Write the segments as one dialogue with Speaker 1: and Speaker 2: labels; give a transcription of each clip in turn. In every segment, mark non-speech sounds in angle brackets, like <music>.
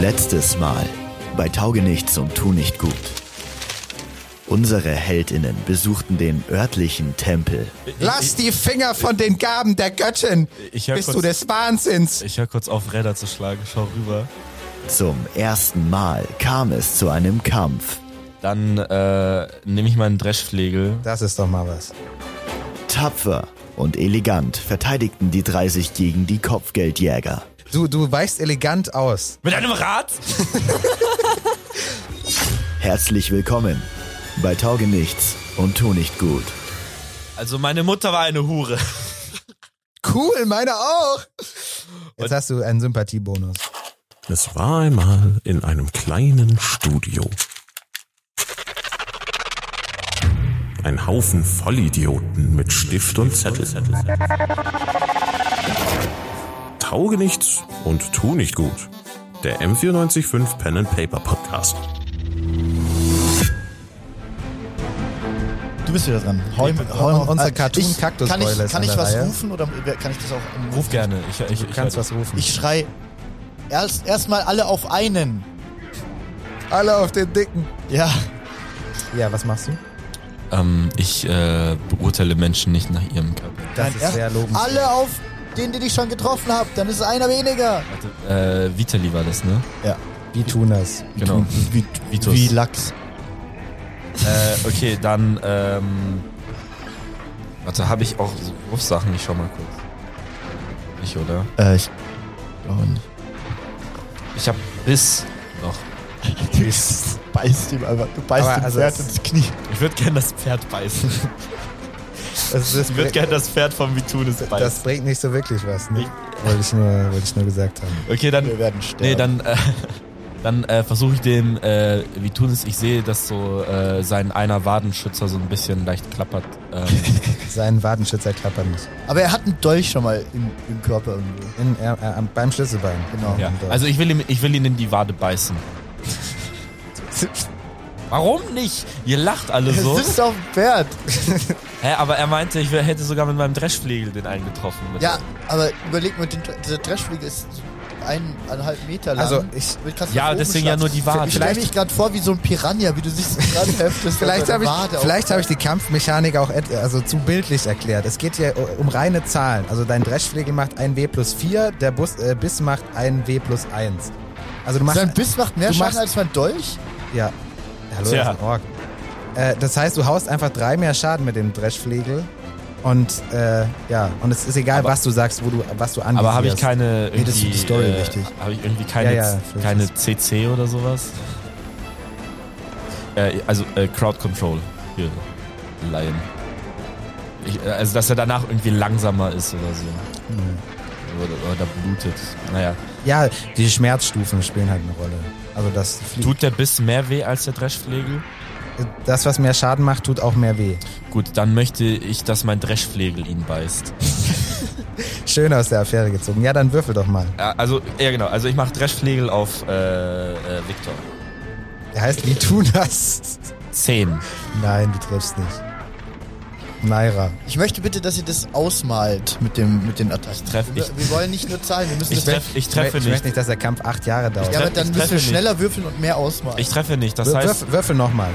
Speaker 1: Letztes Mal bei Taugenichts und Tu nicht gut. Unsere Heldinnen besuchten den örtlichen Tempel.
Speaker 2: Lass die Finger von den Gaben der Göttin!
Speaker 3: Ich hör
Speaker 2: Bist
Speaker 3: kurz-
Speaker 2: du des Wahnsinns!
Speaker 3: Ich höre kurz auf, Räder zu schlagen, schau rüber.
Speaker 1: Zum ersten Mal kam es zu einem Kampf.
Speaker 3: Dann äh, nehme ich meinen Dreschflegel.
Speaker 2: Das ist doch mal was.
Speaker 1: Tapfer und elegant verteidigten die 30 gegen die Kopfgeldjäger.
Speaker 2: Du, du weichst elegant aus.
Speaker 3: Mit einem Rad?
Speaker 1: Herzlich willkommen bei Taugenichts und Tu nicht gut.
Speaker 3: Also meine Mutter war eine Hure.
Speaker 2: Cool, meine auch! Jetzt
Speaker 3: Und-
Speaker 2: hast du einen Sympathiebonus.
Speaker 4: Es war einmal in einem kleinen Studio. Ein Haufen Vollidioten mit Stift und Zettel. Tauge nichts und tu nicht gut. Der M945 Pen and Paper Podcast.
Speaker 5: Du bist wieder dran. Hau ihm-
Speaker 2: bin-
Speaker 5: hau ihm-
Speaker 2: unser
Speaker 5: äh,
Speaker 2: Cartoon
Speaker 5: ich-
Speaker 2: Cactus
Speaker 5: Kann ich,
Speaker 2: Boiler ist
Speaker 5: kann
Speaker 2: an
Speaker 5: ich
Speaker 2: der
Speaker 5: was
Speaker 2: Reihe.
Speaker 5: rufen oder äh, kann ich das auch?
Speaker 3: Ruf gerne. Ich, ich,
Speaker 2: Du
Speaker 3: ich,
Speaker 2: kannst
Speaker 3: ich,
Speaker 2: was rufen.
Speaker 5: Ich schrei erst erstmal alle auf einen.
Speaker 2: Alle auf den Dicken.
Speaker 5: Ja,
Speaker 2: Ja, was machst du?
Speaker 3: Ähm, ich äh, beurteile Menschen nicht nach ihrem Körper.
Speaker 2: Das
Speaker 5: Nein,
Speaker 2: ist
Speaker 5: erst
Speaker 2: sehr lobend.
Speaker 5: alle auf den, den ich schon getroffen habe. Dann ist es einer weniger.
Speaker 3: Warte, äh, Vitali war das, ne?
Speaker 5: Ja,
Speaker 2: Wie tun das?
Speaker 3: Genau.
Speaker 5: wie,
Speaker 3: Vitus.
Speaker 5: wie Lachs.
Speaker 3: Äh, okay, dann, ähm. Warte, habe ich auch so Wurfsachen? Ich schau mal kurz. Nicht, oder?
Speaker 5: Äh, ich glaube nicht.
Speaker 3: Ich habe Biss noch.
Speaker 5: <laughs> Du beißt ihm einfach. Du beißt
Speaker 2: Aber
Speaker 5: dem
Speaker 2: also
Speaker 5: Pferd
Speaker 2: es-
Speaker 5: ins Knie.
Speaker 3: Ich würde gerne das Pferd beißen.
Speaker 2: Das, das,
Speaker 3: Ich würde
Speaker 2: also bringt-
Speaker 3: gerne das Pferd vom Vitunes beißen.
Speaker 2: das bringt nicht so wirklich was, ne? Wollte ich nur, wollte ich nur gesagt haben.
Speaker 3: okay, dann
Speaker 5: Wir werden sterben.
Speaker 3: Nee, dann, äh, <laughs> dann äh, versuche ich dem, äh, wie tun es, ich sehe, dass so äh, sein einer Wadenschützer so ein bisschen leicht klappert. Ähm,
Speaker 2: Seinen Wadenschützer klappern nicht.
Speaker 5: Aber er hat einen Dolch schon mal im, im Körper irgendwo.
Speaker 2: In, er, er, am- beim Schlüsselbein.
Speaker 5: Genau.
Speaker 3: ja.
Speaker 2: Und, äh,
Speaker 3: Also ich will, ihm, ich will ihn in die Wade beißen. Also- Warum nicht? Ihr lacht alle
Speaker 5: Er
Speaker 3: so.
Speaker 5: sitzt auf dem Pferd.
Speaker 3: Hä, aber er meinte, ich wär- hätte sogar mit meinem Dreschflegel den einen getroffen. Mit
Speaker 5: Ja, aber überleg mal, den, der Trashflieger ist so eineinhalb Meter lang.
Speaker 2: Also, ich-
Speaker 5: Will kannst du nach
Speaker 3: ja
Speaker 5: oben
Speaker 3: deswegen ja
Speaker 5: schlagen.
Speaker 3: nur die Wade.
Speaker 5: Ich stelle mich gerade vor wie so ein Piranha, wie du sich so gerade heftest.
Speaker 2: Vielleicht habe ich,
Speaker 5: Wade
Speaker 2: vielleicht
Speaker 5: auf-
Speaker 2: hab ich die Kampfmechanik auch et- also zu bildlich erklärt. Es geht hier um reine Zahlen. Also dein Dreschflegel macht 1W plus 4, der Bus, äh, Biss macht 1W plus 1. Also du machst...
Speaker 5: Sein Biss macht mehr
Speaker 2: du
Speaker 5: Schaden
Speaker 2: machst-
Speaker 5: als mein Dolch?
Speaker 2: ja. Hallo,
Speaker 3: Tja.
Speaker 2: das ist ein Ork. Äh, das heißt, du haust einfach drei mehr Schaden mit dem Dreschflegel. Und äh, ja, und es ist egal,
Speaker 3: Aber-
Speaker 2: was du sagst, wo du, was du anvisierst.
Speaker 3: aber habe ich keine irgendwie,
Speaker 5: Nee, das ist für die Story
Speaker 3: äh,
Speaker 5: wichtig.
Speaker 3: Habe ich irgendwie keine,
Speaker 2: Ja, ja, für-
Speaker 3: keine CC oder sowas? Äh, also äh, Crowd Control hier, Lion. Ich, äh, also dass er danach irgendwie langsamer ist oder so. Oder, oder blutet. Naja.
Speaker 2: Ja, die Schmerzstufen spielen halt eine Rolle. Also das, fliegt-
Speaker 3: Tut der Biss mehr weh als der Dreschflegel?
Speaker 2: das, was mehr Schaden macht, tut auch mehr weh.
Speaker 3: Gut, dann möchte ich, dass mein Dreschflegel ihn beißt.
Speaker 2: Schön aus der Affäre gezogen. Ja, dann würfel doch mal.
Speaker 3: Äh, also, ja genau, also ich mache Dreschflegel auf äh, äh, Victor.
Speaker 2: Der heißt Wie tun das?
Speaker 3: Zehn.
Speaker 2: Nein, du triffst nicht. Naira.
Speaker 5: Ich möchte bitte, dass ihr das ausmalt mit, dem, mit den Attacken.
Speaker 3: Ich treff-
Speaker 5: wir,
Speaker 3: ich-
Speaker 5: wir wollen nicht nur Zahlen, wir müssen
Speaker 3: Ich
Speaker 5: das
Speaker 3: treff- ich treffe
Speaker 2: ich
Speaker 3: nicht.
Speaker 2: möchte nicht, dass der Kampf acht Jahre dauert.
Speaker 5: Ja, aber
Speaker 3: treff-
Speaker 5: dann
Speaker 3: ich
Speaker 5: müssen
Speaker 3: treffe
Speaker 5: wir
Speaker 3: nicht.
Speaker 5: schneller würfeln und mehr ausmalen.
Speaker 3: Ich treffe nicht, das
Speaker 2: Wür-
Speaker 3: heißt
Speaker 2: würfel, würfel nochmal.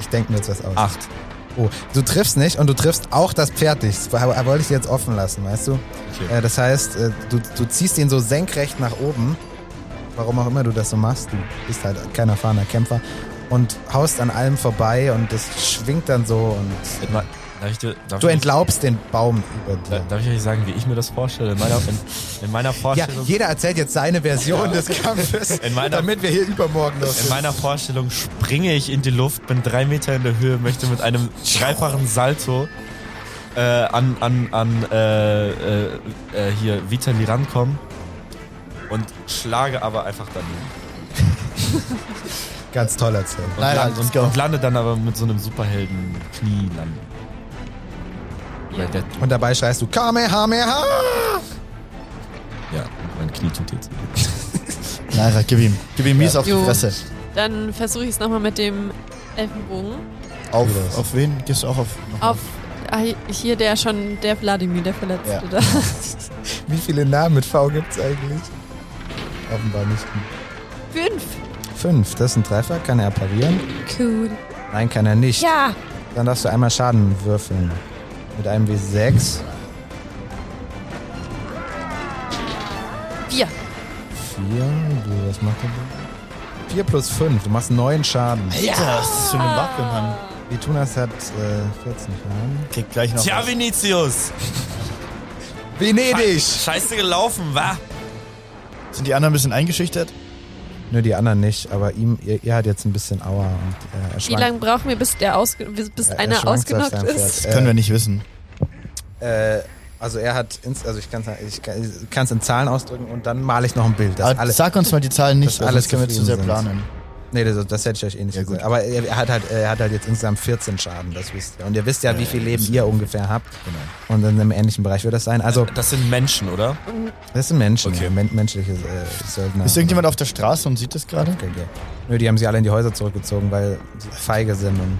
Speaker 2: Ich denke mir jetzt was aus.
Speaker 3: acht.
Speaker 2: Oh, du triffst nicht und du triffst auch das Pferd nicht. Aber aber wollte ich dir jetzt offen lassen, weißt du?
Speaker 3: Okay.
Speaker 2: Äh, das heißt, äh, du, du ziehst ihn so senkrecht nach oben. Warum auch immer du das so machst. Du bist halt kein erfahrener Kämpfer. Und haust an allem vorbei und das schwingt dann so und
Speaker 3: Na, darf ich dir, darf
Speaker 2: du
Speaker 3: ich,
Speaker 2: entlaubst den Baum über
Speaker 3: Da,
Speaker 2: dir.
Speaker 3: darf ich euch sagen, wie ich mir das vorstelle? In meiner, in, in meiner
Speaker 2: Ja,
Speaker 3: Vorstellung,
Speaker 2: jeder erzählt jetzt seine Version des Kampfes,
Speaker 3: In meiner-
Speaker 2: damit wir hier übermorgen los
Speaker 3: in meiner Vorstellung springe ich in die Luft, bin drei Meter in der Höhe, möchte mit einem dreifachen Salto äh, an, an, an äh, äh, äh, hier Vitali rankommen und schlage aber einfach daneben.
Speaker 2: Ganz toll erzählt.
Speaker 3: Und,
Speaker 5: Nein,
Speaker 3: land-
Speaker 5: let's
Speaker 3: und,
Speaker 5: go.
Speaker 3: und lande dann aber mit so einem Superhelden-Knie landen. Ja, der,
Speaker 2: Und dabei schreist du Kamehameha!
Speaker 3: ja, mein Knie tut jetzt.
Speaker 5: Naira, gib ihm. Gib ihm mies auf die
Speaker 6: Jo.
Speaker 5: Fresse.
Speaker 6: Dann versuche ich es nochmal mit dem Elfenbogen.
Speaker 5: Auf,
Speaker 2: Wie das?
Speaker 5: auf wen gehst du auch auf? nochmal?
Speaker 6: Auf ah, hier der schon, der Wladimir, der Verletzte
Speaker 5: Ja.
Speaker 6: da.
Speaker 2: Wie viele Namen mit V gibt's eigentlich? offenbar nicht.
Speaker 6: <laughs> Fünf.
Speaker 2: Fünf, das ist ein Treffer. Kann er parieren?
Speaker 6: Cool.
Speaker 2: Nein, kann er nicht.
Speaker 6: Ja.
Speaker 2: Dann darfst du einmal Schaden würfeln. Mit einem W6.
Speaker 6: Vier.
Speaker 2: Vier. Du, Was macht er? Vier plus fünf. Du machst neun Schaden.
Speaker 5: Alter, was ist für eine Waffe, Mann?
Speaker 2: Vitunas hat äh, 14 Schaden.
Speaker 5: Kriegt gleich noch.
Speaker 3: Tja, Vinicius!
Speaker 2: Venedig!
Speaker 3: Scheiße gelaufen, wa?
Speaker 5: was. Sind die anderen ein bisschen eingeschüchtert?
Speaker 2: Nur die anderen nicht, aber ihm, ihr, ihr hat jetzt ein bisschen Aua und äh, er
Speaker 6: Wie
Speaker 2: schwankt.
Speaker 6: lange brauchen wir, bis, der ausge bis bis
Speaker 2: er
Speaker 6: einer
Speaker 2: schwankt auf
Speaker 6: ausgenockt
Speaker 2: seinem Pferd.
Speaker 6: ist?
Speaker 2: Äh,
Speaker 5: Können wir nicht wissen.
Speaker 2: Äh, also er hat, ins, also ich kann es ich kann's in Zahlen ausdrücken und dann male ich noch ein Bild. Das
Speaker 5: Aber
Speaker 2: alles,
Speaker 5: Äh, sag uns mal die Ah, Zahlen nicht,
Speaker 2: dass
Speaker 5: weil
Speaker 2: alle
Speaker 5: sonst können wir zu sehr
Speaker 2: zufrieden sind.
Speaker 5: planen.
Speaker 2: nee, das, das hätte ich euch eh nicht gesagt. Aber er, er, hat halt, er hat halt jetzt insgesamt 14 Schaden, das wisst ihr. Und ihr wisst ja, wie viel Leben ihr ungefähr habt. Und in einem ähnlichen Bereich wird das sein. Also
Speaker 3: Das sind Menschen, oder?
Speaker 2: das sind Menschen,
Speaker 3: Okay.
Speaker 2: ja, men menschliche äh, Söldner.
Speaker 5: Ist irgendjemand auf der Straße und sieht das gerade?
Speaker 2: Okay, okay. Nö, die haben sie alle in die Häuser zurückgezogen, weil sie feige sind und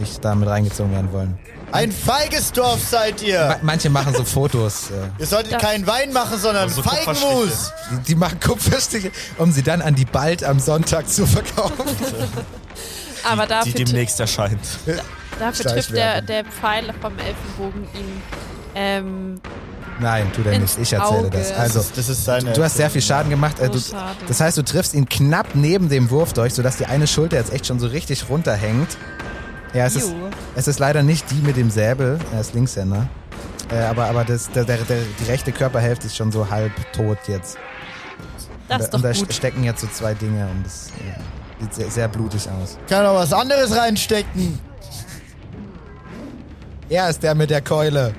Speaker 2: nicht damit reingezogen werden wollen.
Speaker 5: Ein feiges Dorf seid
Speaker 2: Ma-
Speaker 5: ihr!
Speaker 2: Manche machen so Fotos. Äh,
Speaker 5: Ihr solltet
Speaker 6: Das-
Speaker 5: keinen Wein machen, sondern
Speaker 3: Also
Speaker 5: Feigenmus!
Speaker 2: Die, die machen Kupferstiche, um sie dann an die Bald am Sonntag zu verkaufen.
Speaker 6: <laughs> Aber
Speaker 3: Die
Speaker 6: dafür, tri-
Speaker 3: demnächst erscheint.
Speaker 6: dafür
Speaker 2: steif
Speaker 6: trifft der,
Speaker 2: werden.
Speaker 6: der Pfeil vom Elfenbogen ihn. Ähm,
Speaker 2: Nein, tut er
Speaker 6: Ins
Speaker 2: nicht. Ich erzähle
Speaker 6: Auge.
Speaker 2: das. Also,
Speaker 5: Das ist seine.
Speaker 2: du hast sehr viel Schaden gemacht. Äh,
Speaker 6: So
Speaker 2: du,
Speaker 6: schade.
Speaker 2: das heißt, du triffst ihn knapp neben dem Wurf durch, sodass die eine Schulter jetzt echt schon so richtig runterhängt. Ja, es ist,
Speaker 6: Juhu.
Speaker 2: es ist leider nicht die mit dem Säbel. Er ist Linkshänder. Äh, aber aber das, der, der, der, die rechte Körperhälfte ist schon so halb tot jetzt.
Speaker 6: das ist
Speaker 2: und da
Speaker 6: doch
Speaker 2: und da
Speaker 6: gut.
Speaker 2: stecken jetzt so zwei Dinge und das äh, sieht sehr, sehr blutig aus.
Speaker 5: Kann auch was anderes reinstecken.
Speaker 2: Er ist der mit der Keule.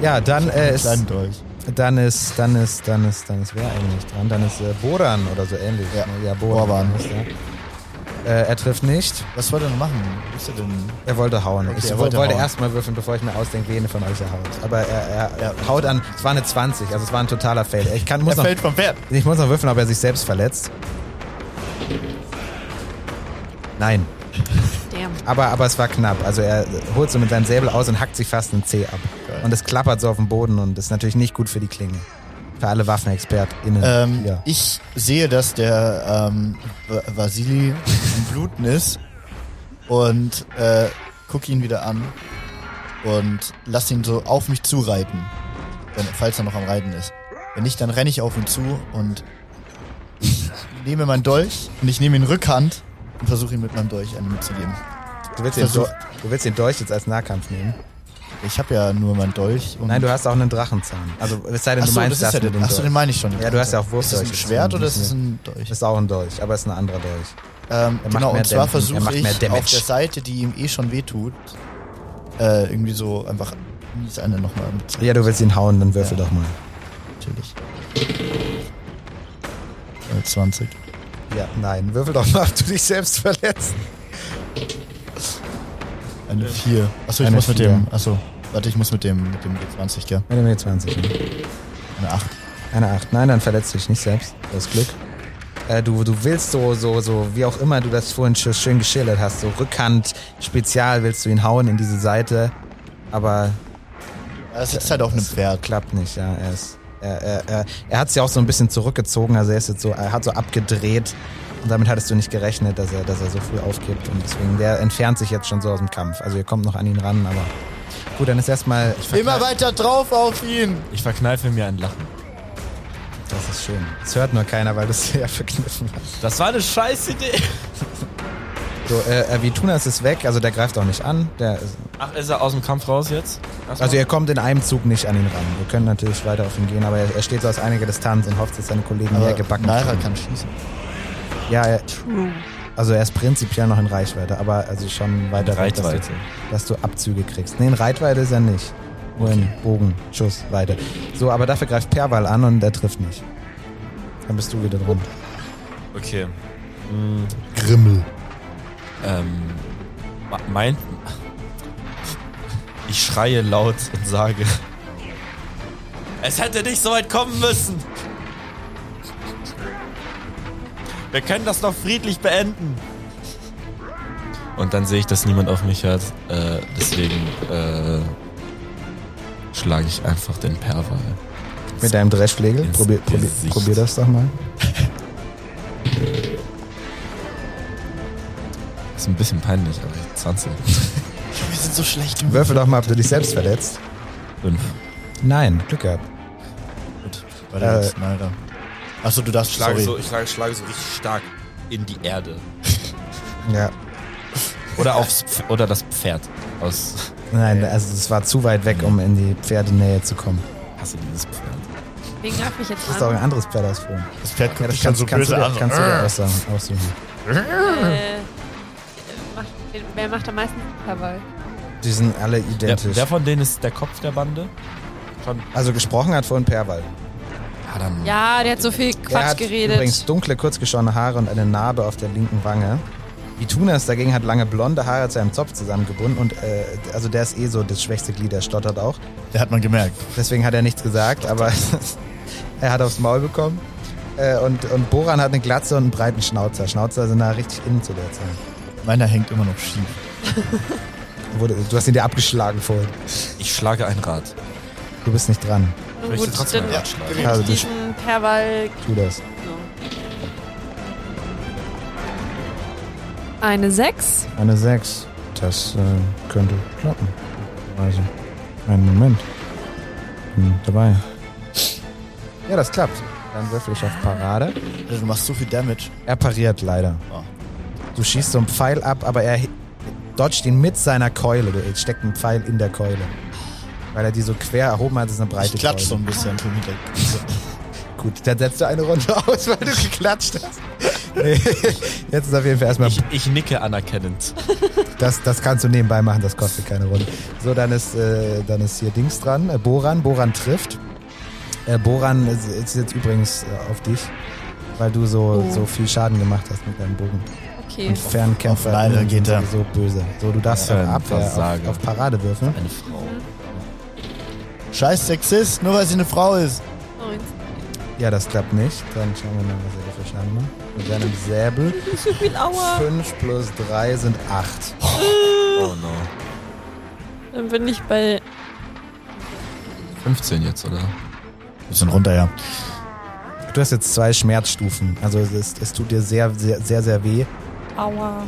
Speaker 2: Ja, dann äh, ist...
Speaker 5: Kleinen Dolch.
Speaker 2: Dann ist, dann ist, dann ist, dann ist wer eigentlich dran? Dann ist äh, Boran oder so ähnlich.
Speaker 5: Ja.
Speaker 2: ne? ja Boran.
Speaker 5: Boran.
Speaker 2: ist der. Äh, er trifft nicht.
Speaker 5: Was wollt ihr noch machen? Wisst ihr denn?
Speaker 2: Er wollte hauen. ich
Speaker 5: er
Speaker 2: wollte,
Speaker 5: wollte
Speaker 2: wollte
Speaker 5: hauen.
Speaker 2: erstmal würfeln, bevor ich mir ausdenke, wen von euch er haut. Aber er, er haut an. Es war eine 20, also es war ein totaler Fail. Ich, kann, muss,
Speaker 5: Er
Speaker 2: noch,
Speaker 5: fällt vom Pferd.
Speaker 2: ich muss noch würfeln, ob er sich selbst verletzt. Nein.
Speaker 6: Damn.
Speaker 2: Aber, aber es war knapp. Also er holt so mit seinem Säbel aus und hackt sich fast einen Zeh ab. Und es klappert so auf dem Boden und ist natürlich nicht gut für die Klinge. Für alle WaffenexpertInnen.
Speaker 5: Ähm,
Speaker 2: ja.
Speaker 5: Ich sehe, dass der ähm, Va- Vasili im Bluten ist und äh, gucke ihn wieder an und lass ihn so auf mich zureiten, wenn, falls er noch am Reiten ist. Wenn nicht, dann renne ich auf ihn zu und ich nehme meinen Dolch und ich nehme ihn Rückhand und versuche ihm mit meinem Dolch eine mitzugeben.
Speaker 2: Du willst, den
Speaker 5: Versuch-
Speaker 2: Dol- du willst den Dolch jetzt als Nahkampf nehmen?
Speaker 5: Ich habe ja nur meinen Dolch. Und
Speaker 2: Nein, du hast auch einen Drachenzahn. Also es sei denn, du
Speaker 5: Achso,
Speaker 2: meinst
Speaker 5: das ist
Speaker 2: mit
Speaker 5: ja der,
Speaker 2: dem
Speaker 5: achso, den
Speaker 2: Dolch.
Speaker 5: meine ich schon.
Speaker 2: Ja, du hast ja auch
Speaker 5: Ist das ein
Speaker 2: Wurfdolch.
Speaker 5: Schwert oder ist
Speaker 2: das
Speaker 5: das ein Dolch?
Speaker 2: Ist auch ein Dolch, aber ist ein anderer Dolch.
Speaker 5: Ähm,
Speaker 2: Er macht
Speaker 5: genau,
Speaker 2: mehr
Speaker 5: und zwar
Speaker 2: Dam- er
Speaker 5: versuche
Speaker 2: macht mehr
Speaker 5: ich
Speaker 2: Damage.
Speaker 5: auf der Seite, die ihm eh schon wehtut, äh, irgendwie so einfach mies eine nochmal mit.
Speaker 2: Ja, du willst ihn hauen, dann würfel
Speaker 5: Ja.
Speaker 2: doch mal.
Speaker 5: Natürlich. Äh, 20.
Speaker 2: Ja, nein, würfel doch mal, ob du dich selbst verletzt.
Speaker 5: Eine 4. Achso, ich
Speaker 2: Eine
Speaker 5: muss mit
Speaker 2: Vier.
Speaker 5: dem. Achso, warte, ich muss mit dem mit dem D20, gell?
Speaker 2: Mit dem E20. ne?
Speaker 5: Eine 8.
Speaker 2: Eine 8. Nein, dann verletzt dich nicht selbst. Das Glück. Äh, du, du willst so, so, so, wie auch immer du das vorhin sch schön geschildert hast, so Rückhand, Spezial willst du ihn hauen in diese Seite, aber
Speaker 5: Er sitzt halt auf einem Pferd.
Speaker 2: klappt nicht, ja. Er, ist, er, er, er, er hat sie auch so ein bisschen zurückgezogen, also er ist jetzt so, er hat so abgedreht und damit hattest du nicht gerechnet, dass er, dass er so früh aufgibt und deswegen, der entfernt sich jetzt schon so aus dem Kampf. Also ihr kommt noch an ihn ran, aber gut, dann ist erstmal,
Speaker 5: Immer weiter drauf auf ihn!
Speaker 3: Ich verkneife mir ein Lachen.
Speaker 2: das ist schön. Das <laughs> hört nur keiner, weil du es sehr verkniffen hast.
Speaker 3: Das war eine scheiß Idee.
Speaker 2: So, äh, äh, Vitunas ist weg, also der greift auch nicht an. Der ist,
Speaker 3: Ach, ist er aus dem Kampf raus jetzt? Erstmal?
Speaker 2: also ihr kommt in einem Zug nicht an ihn ran. Wir können natürlich weiter auf ihn gehen, aber er, er steht so aus einiger Distanz und hofft, dass seine Kollegen
Speaker 5: Aber
Speaker 2: hier gebacken
Speaker 5: Naira
Speaker 2: kriegen.
Speaker 5: kann schießen.
Speaker 2: Ja, er, also er ist prinzipiell noch in Reichweite, aber also schon weiter weg, dass du,
Speaker 3: Reichweite.
Speaker 2: dass du Abzüge kriegst. Nee, in Reichweite ist er nicht. Nur in Bogen, Schuss, Weite. So, aber dafür greift Perwal an und er trifft nicht. Dann bist du wieder dran.
Speaker 3: Okay.
Speaker 5: Grimmel.
Speaker 3: Ähm, ma- mein. Ich schreie laut und sage: Es hätte nicht so weit kommen müssen! Wir können das noch friedlich beenden! Und dann sehe ich, dass niemand auf mich hört. Äh, deswegen äh, schlage ich einfach den Perwal.
Speaker 2: Mit deinem Dreschflegel? Probier, probier,
Speaker 3: Gesicht.
Speaker 2: probier das doch mal.
Speaker 3: Ist ein bisschen peinlich, aber ich 20.
Speaker 5: Wir sind so schlecht. im-
Speaker 2: Würfel doch mal, ob du dich selbst verletzt.
Speaker 3: Fünf.
Speaker 2: Nein, Glück gehabt.
Speaker 5: Gut, Bei der
Speaker 2: Äh,
Speaker 5: letzten, Alter. Achso, du darfst, sorry.
Speaker 3: ich schlage, schlage so richtig stark in die Erde.
Speaker 2: Ja.
Speaker 3: Oder aufs Pf- oder das Pferd. Aus
Speaker 2: Nein, also es war zu weit weg, um in die Pferdenähe zu kommen.
Speaker 3: hasse dieses Pferd.
Speaker 6: Deswegen darf ich jetzt
Speaker 2: Das ist doch
Speaker 6: an.
Speaker 2: ein anderes Pferd als vorhin.
Speaker 5: das Pferd guckt
Speaker 2: Ja, das
Speaker 5: dich schon
Speaker 2: kannst,
Speaker 5: so
Speaker 2: kannst, du
Speaker 5: böse
Speaker 2: dir,
Speaker 5: an.
Speaker 2: kannst du dir aussagen, aussuchen.
Speaker 6: Äh, macht, wer macht am meisten Cover?
Speaker 2: Die sind alle
Speaker 3: Der,
Speaker 2: identisch.
Speaker 3: der von denen ist der Kopf der Bande?
Speaker 2: also gesprochen hat vorhin Perwald.
Speaker 3: Ja, dann.
Speaker 6: Ja, der hat so viel
Speaker 2: Er
Speaker 6: Quatsch
Speaker 2: hat
Speaker 6: geredet.
Speaker 2: übrigens dunkle, kurzgeschorene Haare und eine Narbe auf der linken Wange. Itunas dagegen hat lange blonde Haare zu einem Zopf zusammengebunden und äh, also der ist eh so das schwächste Glied, der stottert auch.
Speaker 5: Der hat man gemerkt.
Speaker 2: Deswegen hat er nichts gesagt, aber <laughs> er hat aufs Maul bekommen. Äh, und, und Boran hat eine Glatze und einen breiten Schnauzer. Schnauzer sind da richtig innen zu der Zeit.
Speaker 5: Meiner hängt immer noch schief.
Speaker 2: Wurde, du hast ihn dir abgeschlagen vorhin.
Speaker 3: Ich schlage ein Rad.
Speaker 2: Du bist nicht dran.
Speaker 6: Nun
Speaker 3: Ich möchte
Speaker 6: gut,
Speaker 3: trotzdem ein
Speaker 6: dann
Speaker 3: Rad schlagen.
Speaker 2: Also du
Speaker 6: diesen Perwal.
Speaker 2: tu das.
Speaker 6: So. Eine 6.
Speaker 2: Eine 6. Das äh, könnte klappen. Also, einen Moment. Bin dabei. Ja, das klappt. Dann würfel ich auf Parade.
Speaker 5: Alter, Also du machst so viel Damage.
Speaker 2: Er pariert leider.
Speaker 5: Oh.
Speaker 2: Du schießt so einen Pfeil ab, aber er he- dodgt ihn mit seiner Keule. Du steckt einen Pfeil in der Keule. Weil er die so quer erhoben hat, ist eine breite
Speaker 5: Ich klatsch so
Speaker 2: Keule.
Speaker 5: ein bisschen für mich.
Speaker 2: Gut, dann setzt du eine Runde <laughs> aus, weil du geklatscht
Speaker 5: <laughs>
Speaker 2: hast. Nee, <laughs> jetzt ist auf jeden Fall erstmal
Speaker 3: Ich, ich nicke anerkennend.
Speaker 2: Das, das kannst du nebenbei machen, das kostet keine Runde. So, dann ist, äh, dann ist hier Dings dran. Äh, Boran, Boran trifft. Äh, Boran ist, ist jetzt übrigens äh, auf dich, weil du so,
Speaker 6: Oh.
Speaker 2: so viel Schaden gemacht hast mit deinem Bogen.
Speaker 6: Okay.
Speaker 2: Und Fernkämpfer
Speaker 5: auf Leine
Speaker 2: sind
Speaker 5: geht er.
Speaker 2: so böse. So, du darfst
Speaker 3: Ja,
Speaker 2: ja, ab, äh, auf,
Speaker 3: Versager.
Speaker 2: auf Parade würfeln.
Speaker 3: Eine Frau.
Speaker 5: Scheiß Sexist, nur weil sie eine Frau ist.
Speaker 6: Neun.
Speaker 2: Ja, das klappt nicht. Dann schauen wir mal, was er dafür Schaden macht. Mit seinem Säbel.
Speaker 6: So viel Aua.
Speaker 2: 5 plus 3 sind 8.
Speaker 3: Oh no.
Speaker 6: Dann bin ich bei.
Speaker 3: 15 jetzt, oder?
Speaker 5: Bisschen runter, ja.
Speaker 2: Du hast jetzt zwei Schmerzstufen. Also es, ist, es tut dir sehr, sehr, sehr, sehr weh.
Speaker 6: Aua.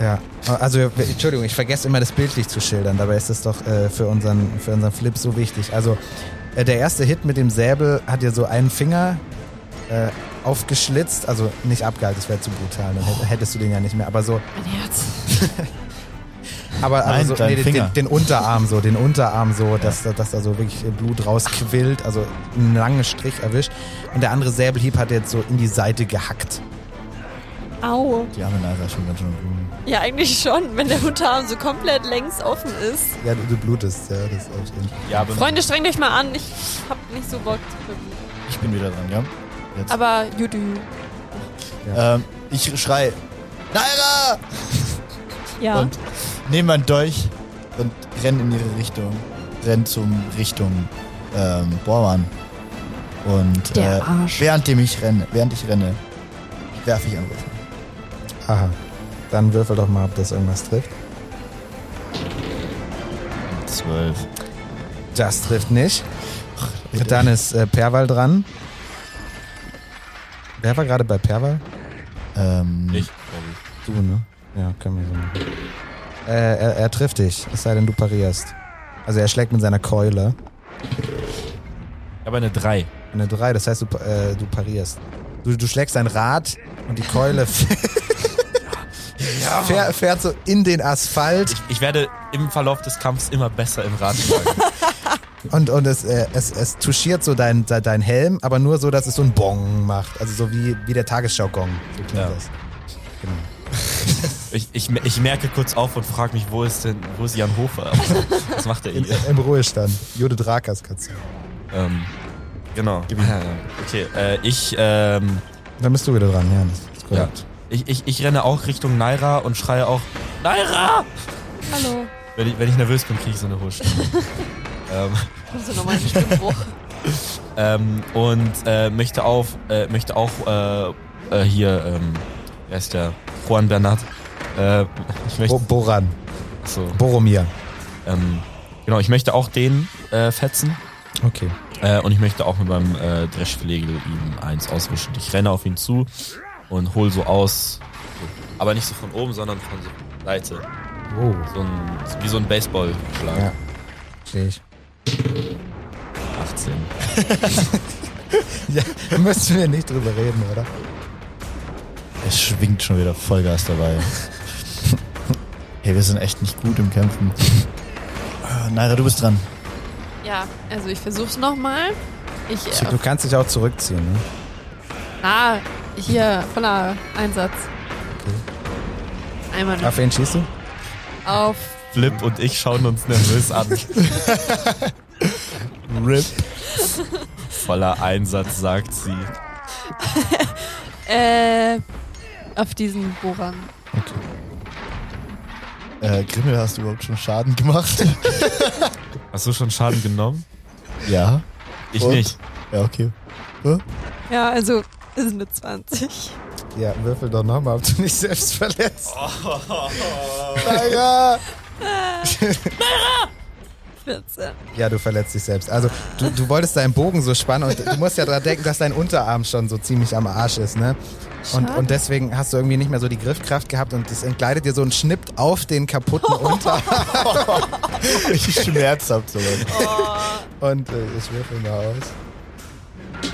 Speaker 2: Ja, also Entschuldigung, ich vergesse immer das bildlich zu schildern, dabei ist das doch äh, für, unseren, für unseren Flip so wichtig. Also äh, der erste Hit mit dem Säbel hat dir so einen Finger äh, aufgeschlitzt, also nicht abgehalten, das wäre zu brutal, dann hätt- hättest du den ja nicht mehr, aber so,
Speaker 6: Mein Herz.
Speaker 2: aber, aber
Speaker 5: Nein,
Speaker 2: so,
Speaker 5: dein
Speaker 2: den,
Speaker 5: Finger.
Speaker 2: den, den Unterarm so, den Unterarm so, dass, da- dass da so wirklich Blut rausquillt, also einen langen Strich erwischt und der andere Säbelhieb hat jetzt so in die Seite gehackt.
Speaker 6: Au.
Speaker 5: Die arme Nase ist schon ganz schön blumen.
Speaker 6: Ja, eigentlich schon, wenn der Unterarm so komplett längs offen ist.
Speaker 2: Ja, du, du blutest, ja, das ist auf jeden Fall.
Speaker 3: Ja, aber
Speaker 6: Freunde, strengt euch mal an. Ich hab nicht so Bock zu flippen.
Speaker 5: Ich bin wieder dran, ja? Jetzt.
Speaker 6: Aber judu.
Speaker 5: ähm, ich schrei, Naira!
Speaker 6: Ja.
Speaker 5: Und nehme mein Dolch und renn in ihre Richtung. Renn zum Richtung ähm, Bormann. Und
Speaker 6: Der
Speaker 5: äh,
Speaker 6: Arsch.
Speaker 5: währenddem ich renne, während ich renne, werfe ich einen
Speaker 6: <laughs>
Speaker 5: Würfel.
Speaker 2: Aha, dann würfel doch mal, ob das irgendwas trifft.
Speaker 5: 12.
Speaker 2: Das trifft nicht. Dann ist äh, Perwal dran. Wer war gerade bei Perwal?
Speaker 5: Ähm,
Speaker 3: ich, glaub ich.
Speaker 2: Du, ne? Ja, können wir so machen. Äh, er, er trifft dich, es sei denn, du parierst. Also er schlägt mit seiner Keule.
Speaker 3: Aber eine 3.
Speaker 2: Eine 3, das heißt, du, pa- äh, du parierst. Du, du schlägst ein Rad und die Keule <laughs> fährt, fährt so in den Asphalt.
Speaker 3: Ich, ich werde im Verlauf des Kampfs immer besser im <laughs> Radschlagen.
Speaker 2: Und, und es, äh, es, es touchiert so dein, de- dein Helm, aber nur so, dass es so ein Bong macht. Also so wie, wie der Tagesschau-Gong. So klingt
Speaker 3: Ja.
Speaker 2: das. Genau.
Speaker 3: ich, ich, me- ich merke kurz auf und frage mich, wo ist denn, wo ist Jan <laughs> Hofer? Was macht er
Speaker 2: In,
Speaker 3: hier?
Speaker 2: Im Ruhestand. Judith Rakers Katze.
Speaker 3: ähm, genau. Okay, äh, ich, ähm,
Speaker 2: Dann bist du wieder dran, ja. Das ist
Speaker 3: ja.
Speaker 2: korrekt.
Speaker 3: ich, ich, ich renne auch Richtung Naira und schreie auch, Naira!
Speaker 6: Hallo.
Speaker 3: Wenn ich, wenn ich nervös bin, kriege ich so eine hohe Stimme. ähm,
Speaker 6: Kommst du nochmal in den Stimmbruch?
Speaker 3: ähm, und äh, möchte, auf, äh, möchte auch äh, äh, hier, ähm, wer ist der? Juan Bernat. Äh, ich
Speaker 2: Bo
Speaker 3: möchte,
Speaker 2: Boran.
Speaker 3: so,
Speaker 2: Boromir.
Speaker 3: ähm, genau, ich möchte auch den äh, fetzen.
Speaker 2: Okay.
Speaker 3: Äh, und ich möchte auch mit meinem äh, Dreschflegel ihm eins auswischen. Ich renne auf ihn zu und hol so aus. Aber nicht so von oben, sondern von so Seite.
Speaker 2: Oh,
Speaker 3: So ein, wie so ein Baseballschlag.
Speaker 2: Ja. stehe ich.
Speaker 3: 18.
Speaker 2: Ja, müssen wir nicht drüber reden, oder?
Speaker 5: Es schwingt schon wieder Vollgas dabei. hey, wir sind echt nicht gut im Kämpfen. Ah, Naira, du bist dran.
Speaker 6: Ja, also ich versuch's nochmal. Ich, äh,
Speaker 2: Du kannst dich auch zurückziehen, ne?
Speaker 6: na, hier, voller Einsatz. Einmal noch
Speaker 2: Auf wen schießt du?
Speaker 6: auf.
Speaker 3: Flip und ich schauen uns nervös an.
Speaker 5: Rip.
Speaker 3: Voller Einsatz, sagt sie.
Speaker 6: Äh, auf diesen Bohrern.
Speaker 5: Äh, Grimmel, hast du überhaupt schon Schaden gemacht?
Speaker 3: <laughs> Hast du schon Schaden genommen?
Speaker 5: ja.
Speaker 3: Ich
Speaker 5: Und?
Speaker 3: nicht.
Speaker 5: Ja, okay.
Speaker 6: Ja, also, das sind eine 20.
Speaker 2: Ja, würfel doch nochmal, ob du nicht selbst verletzt.
Speaker 5: Naira!
Speaker 6: 14.
Speaker 2: Ja, du verletzt dich selbst. Also, du, du wolltest deinen Bogen so spannen und du musst ja dran denken, dass dein Unterarm schon so ziemlich am Arsch ist, ne? Und,
Speaker 6: Schade.
Speaker 2: und deswegen hast du irgendwie nicht mehr so die Griffkraft gehabt und es entgleitet dir so und schnippt auf den kaputten Unterarm.
Speaker 5: Richtig schmerzhaft so.
Speaker 2: Und äh, ich würfel mal aus.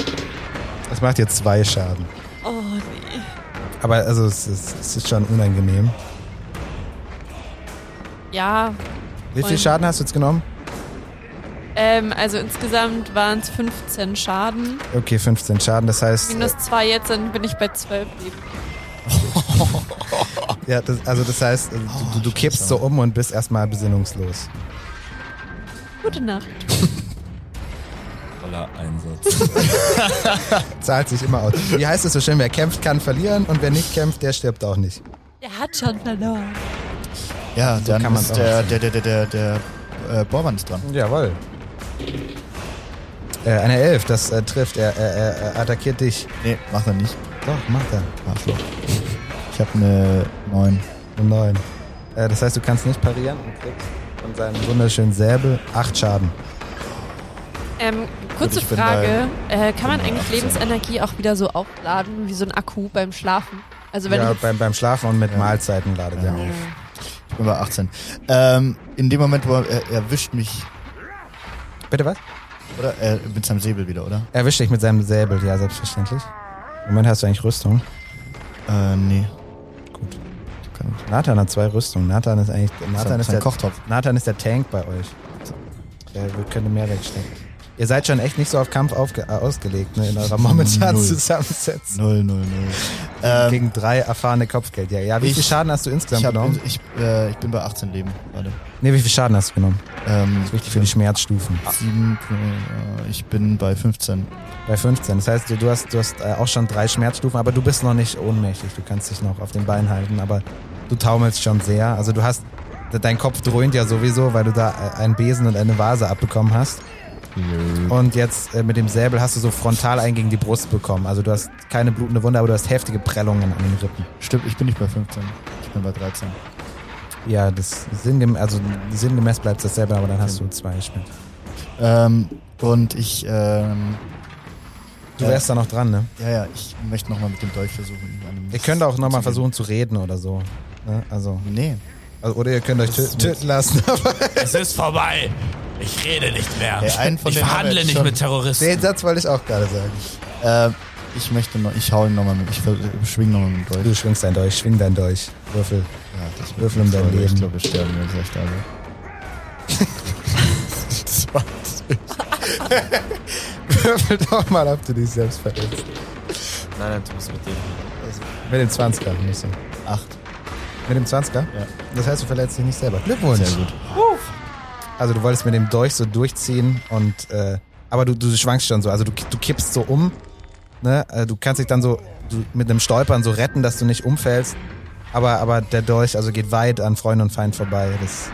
Speaker 2: Das macht dir zwei Schaden.
Speaker 6: Oh, nee.
Speaker 2: Aber also, es ist, es ist schon unangenehm.
Speaker 6: Ja,
Speaker 2: Wie viel
Speaker 6: Und-
Speaker 2: Schaden hast du jetzt genommen?
Speaker 6: ähm, also insgesamt waren es 15 Schaden.
Speaker 2: Okay, 15 Schaden. Das heißt,
Speaker 6: Minus 2 jetzt, dann bin ich bei 12 Leben.
Speaker 2: ja, das, also das heißt, äh, du, du kippst so um und bist erstmal besinnungslos.
Speaker 6: Gute Nacht.
Speaker 3: Voller Einsatz.
Speaker 2: Zahlt sich immer aus. Wie heißt es so schön? Wer kämpft, kann verlieren und wer nicht kämpft, der stirbt auch nicht.
Speaker 6: Der hat schon verloren.
Speaker 5: Ja, dann
Speaker 2: kann man's
Speaker 5: ist
Speaker 2: auch
Speaker 5: der, der, der, der, der, der äh, Bormann ist dran.
Speaker 2: Jawohl. Äh, eine Elf, das äh, trifft. Er, er, er, er attackiert dich.
Speaker 5: Nee, macht er nicht.
Speaker 2: Doch, macht er.
Speaker 5: Arschloch. Ich habe eine 9.
Speaker 2: Eine Neun. Äh, das heißt, du kannst nicht parieren und kriegst von seinem wunderschönen Säbel acht Schaden.
Speaker 6: Ähm, kurze
Speaker 5: Ich bin
Speaker 6: Frage. Äh, kann
Speaker 5: bin
Speaker 6: man
Speaker 5: bei
Speaker 6: eigentlich
Speaker 5: 18.
Speaker 6: Lebensenergie auch wieder so aufladen, wie so ein Akku beim Schlafen? Also wenn
Speaker 2: Ja,
Speaker 6: ich jetzt,
Speaker 2: beim, beim Schlafen und mit Mahlzeiten ladet er auf.
Speaker 5: Ich bin bei 18. Ähm, in dem Moment, wo er, er erwischt mich,
Speaker 2: Bitte was?
Speaker 5: oder? Er, mit seinem Säbel wieder, oder?
Speaker 2: Erwischt dich mit seinem Säbel, ja, selbstverständlich. Im Moment hast du eigentlich Rüstung.
Speaker 5: Äh, nee.
Speaker 2: Gut.
Speaker 5: Kann ich.
Speaker 2: Nathan hat zwei Rüstungen. Nathan ist eigentlich. Nathan
Speaker 5: Sein-
Speaker 2: ist
Speaker 5: sein
Speaker 2: der
Speaker 5: Kochtopf.
Speaker 2: Nathan ist der Tank bei euch. Der könnte mehr wegstecken. Ihr seid schon echt nicht so auf Kampf aufge äh, ausgelegt, ne, in
Speaker 5: <laughs>
Speaker 2: eurer momentanen
Speaker 5: Null.
Speaker 2: Zusammensetzung.
Speaker 5: Null, null, null. Ähm,
Speaker 2: Gegen drei erfahrene Kopfgeldjäger. Ja, wie
Speaker 5: Ich-
Speaker 2: viel Schaden hast du
Speaker 5: ich,
Speaker 2: insgesamt
Speaker 5: hab,
Speaker 2: genommen?
Speaker 5: ich, äh, ich bin bei 18 Leben gerade.
Speaker 2: Ne, wie viel Schaden hast du genommen?
Speaker 5: Ähm,
Speaker 2: Wichtig für die Schmerzstufen.
Speaker 5: Ah. sieben, äh, ich bin bei 15.
Speaker 2: Bei 15. Das heißt, du, du hast, du hast äh, auch schon drei Schmerzstufen, aber du bist noch nicht ohnmächtig. Du kannst dich noch auf den Beinen halten, aber du taumelst schon sehr. Also du hast, dein Kopf dröhnt ja sowieso, weil du da äh, einen Besen und eine Vase abbekommen hast. Und jetzt äh, mit dem Säbel hast du so frontal einen gegen die Brust bekommen. Also du hast keine blutende Wunde, aber du hast heftige Prellungen an den Rippen.
Speaker 5: Stimmt, ich bin nicht bei 15. Ich bin bei 13.
Speaker 2: Ja, das sinngem also sinngemäß bleibt das selber, aber dann hast du zwei Schmerz.
Speaker 5: Ähm, und ich, ähm,
Speaker 2: Du wärst da noch dran, ne?
Speaker 5: ja, ja, ich möchte nochmal mit dem Dolch versuchen. ihn an dem-
Speaker 2: Ihr könnt auch nochmal
Speaker 5: zu gehen.
Speaker 2: versuchen zu reden oder so. Ne? Also,
Speaker 5: Nee.
Speaker 2: also, oder ihr könnt euch tö töten lassen, <laughs> aber
Speaker 3: es ist vorbei. Ich rede nicht mehr.
Speaker 5: Hey, einen von
Speaker 3: ich
Speaker 5: denen haben wir
Speaker 3: verhandle
Speaker 5: jetzt
Speaker 3: nicht
Speaker 5: schon.
Speaker 3: mit Terroristen.
Speaker 2: Den Satz wollte ich auch gerade sagen.
Speaker 5: Ähm, ich möchte noch, ich hau ihn nochmal mit, ich ver- schwing nochmal mit dem Dolch.
Speaker 2: Du schwingst dein Dolch, schwing dein Dolch. Würfel.
Speaker 5: Ja, das
Speaker 2: Würfel um dein
Speaker 5: Ich
Speaker 2: Leben.
Speaker 5: glaube, wir sterben, wenn ich echt da bin. 20.
Speaker 2: <laughs> Würfel doch mal, ob du dich selbst verletzt.
Speaker 3: Nein, nein, du musst mit dem.
Speaker 2: Mit dem 20er. Musst du.
Speaker 5: 8.
Speaker 2: Mit dem 20er?
Speaker 5: Ja.
Speaker 2: Das heißt, du verletzt dich nicht selber. Glückwunsch.
Speaker 5: Sehr gut.
Speaker 2: Also du wolltest mit dem Dolch so durchziehen und äh, aber du, du schwankst schon so, also du, du kippst so um, ne? Äh, Du kannst dich dann so du, mit einem Stolpern so retten, dass du nicht umfällst. Aber, aber der Dolch also geht weit an Freund und Feind vorbei. Das,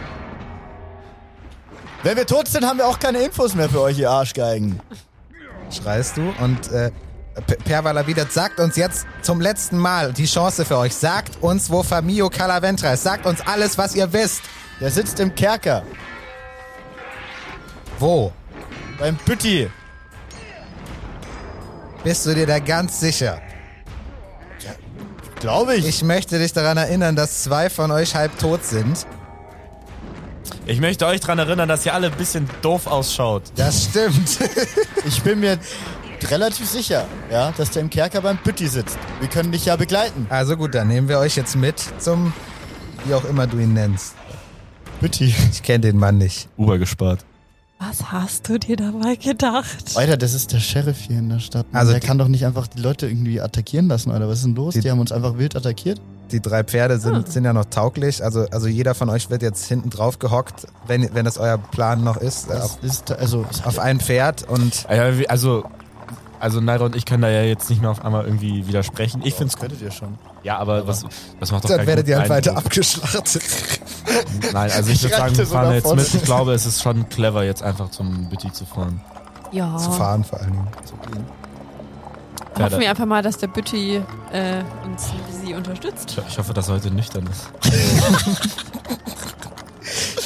Speaker 5: Wenn wir tot sind, haben wir auch keine Infos mehr für euch, ihr Arschgeigen.
Speaker 2: schreist du. Und äh, P- Pervala wieder sagt uns jetzt zum letzten Mal die Chance für euch. Sagt uns, wo Famio Calaventra ist. Sagt uns alles, was ihr wisst.
Speaker 5: Der sitzt im Kerker.
Speaker 2: Wo?
Speaker 5: Beim Bütti.
Speaker 2: Bist du dir da ganz sicher?
Speaker 5: Glaube ich.
Speaker 2: Ich möchte dich daran erinnern, dass zwei von euch halb tot sind.
Speaker 3: Ich möchte euch daran erinnern, dass ihr alle ein bisschen doof ausschaut.
Speaker 2: Das stimmt.
Speaker 5: <laughs> Ich bin mir relativ sicher, ja, dass der im Kerker beim Bütti sitzt. Wir können dich ja begleiten.
Speaker 2: Also gut, dann nehmen wir euch jetzt mit zum, wie auch immer du ihn nennst.
Speaker 5: Bütti.
Speaker 2: Ich kenne den Mann nicht.
Speaker 3: Uber gespart.
Speaker 7: Was hast du dir dabei gedacht?
Speaker 5: <laughs> Alter, das ist der Sheriff hier in der Stadt.
Speaker 2: Also
Speaker 5: Also der
Speaker 2: die-
Speaker 5: kann doch nicht einfach die Leute irgendwie attackieren lassen, Alter. Was ist denn los?
Speaker 2: Die-
Speaker 5: Die, haben uns einfach wild attackiert.
Speaker 2: Die drei Pferde sind, sind ja noch tauglich. Also, also jeder von euch wird jetzt hinten drauf gehockt, wenn, wenn das euer Plan noch ist, äh,
Speaker 5: Das
Speaker 2: auf,
Speaker 5: ist also das
Speaker 2: auf ein Pferd. Und
Speaker 3: Also, also Naira und ich können da ja jetzt nicht mehr auf einmal irgendwie widersprechen. Ich find's gut.
Speaker 5: könntet ihr schon.
Speaker 3: Ja, aber was, das macht doch
Speaker 2: dann
Speaker 3: keinen
Speaker 2: werdet ihr
Speaker 3: guten
Speaker 2: halt weiter
Speaker 3: Eindruck.
Speaker 2: abgeschlachtet.
Speaker 3: Nein, also ich würde
Speaker 5: <laughs> Ich
Speaker 3: sagen,
Speaker 5: rannte
Speaker 3: wir
Speaker 5: so
Speaker 3: fahren jetzt
Speaker 5: davon.
Speaker 3: mit. Ich glaube, es ist schon clever, jetzt einfach zum Butti zu fahren.
Speaker 7: Ja.
Speaker 6: Oh.
Speaker 2: Zu fahren vor allen Dingen.
Speaker 3: Pferde.
Speaker 6: Hoffen wir einfach mal, dass der Bütti äh, uns sie unterstützt.
Speaker 3: Ich hoffe, dass er heute nüchtern ist.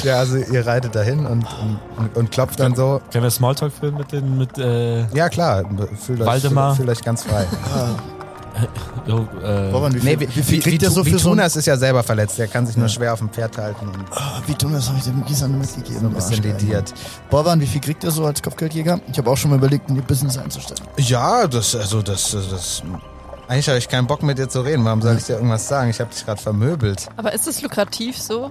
Speaker 2: Ja, also ihr reitet dahin und, und, und, und klopft dann so.
Speaker 3: Können wir Smalltalk führen mit den, mit, äh,
Speaker 2: Ja klar, fühlt euch,
Speaker 3: Waldemar.
Speaker 2: fühlt, fühlt euch ganz <laughs> frei.
Speaker 3: jo, äh,
Speaker 5: Roman, wie viel,
Speaker 2: Nee, wie,
Speaker 5: wie viel
Speaker 2: wie,
Speaker 5: kriegt
Speaker 2: wie,
Speaker 5: der so für so ein,
Speaker 2: Vitunas ist ja selber verletzt, der kann sich nur schwer auf dem Pferd halten und
Speaker 5: Ah, Wie dumm, das habe ich dem Gisan mitgegeben.
Speaker 2: so ein bisschen
Speaker 5: Arschgeil.
Speaker 2: lediert.
Speaker 5: Boban, wie viel kriegt er so als Kopfgeldjäger? Ich habe auch schon mal überlegt, in ihr Business einzustellen.
Speaker 2: Ja, das, also das, das, das eigentlich habe ich keinen Bock mit dir zu reden. Warum soll ich dir irgendwas sagen? Ich habe dich gerade vermöbelt.
Speaker 6: Aber ist es lukrativ so?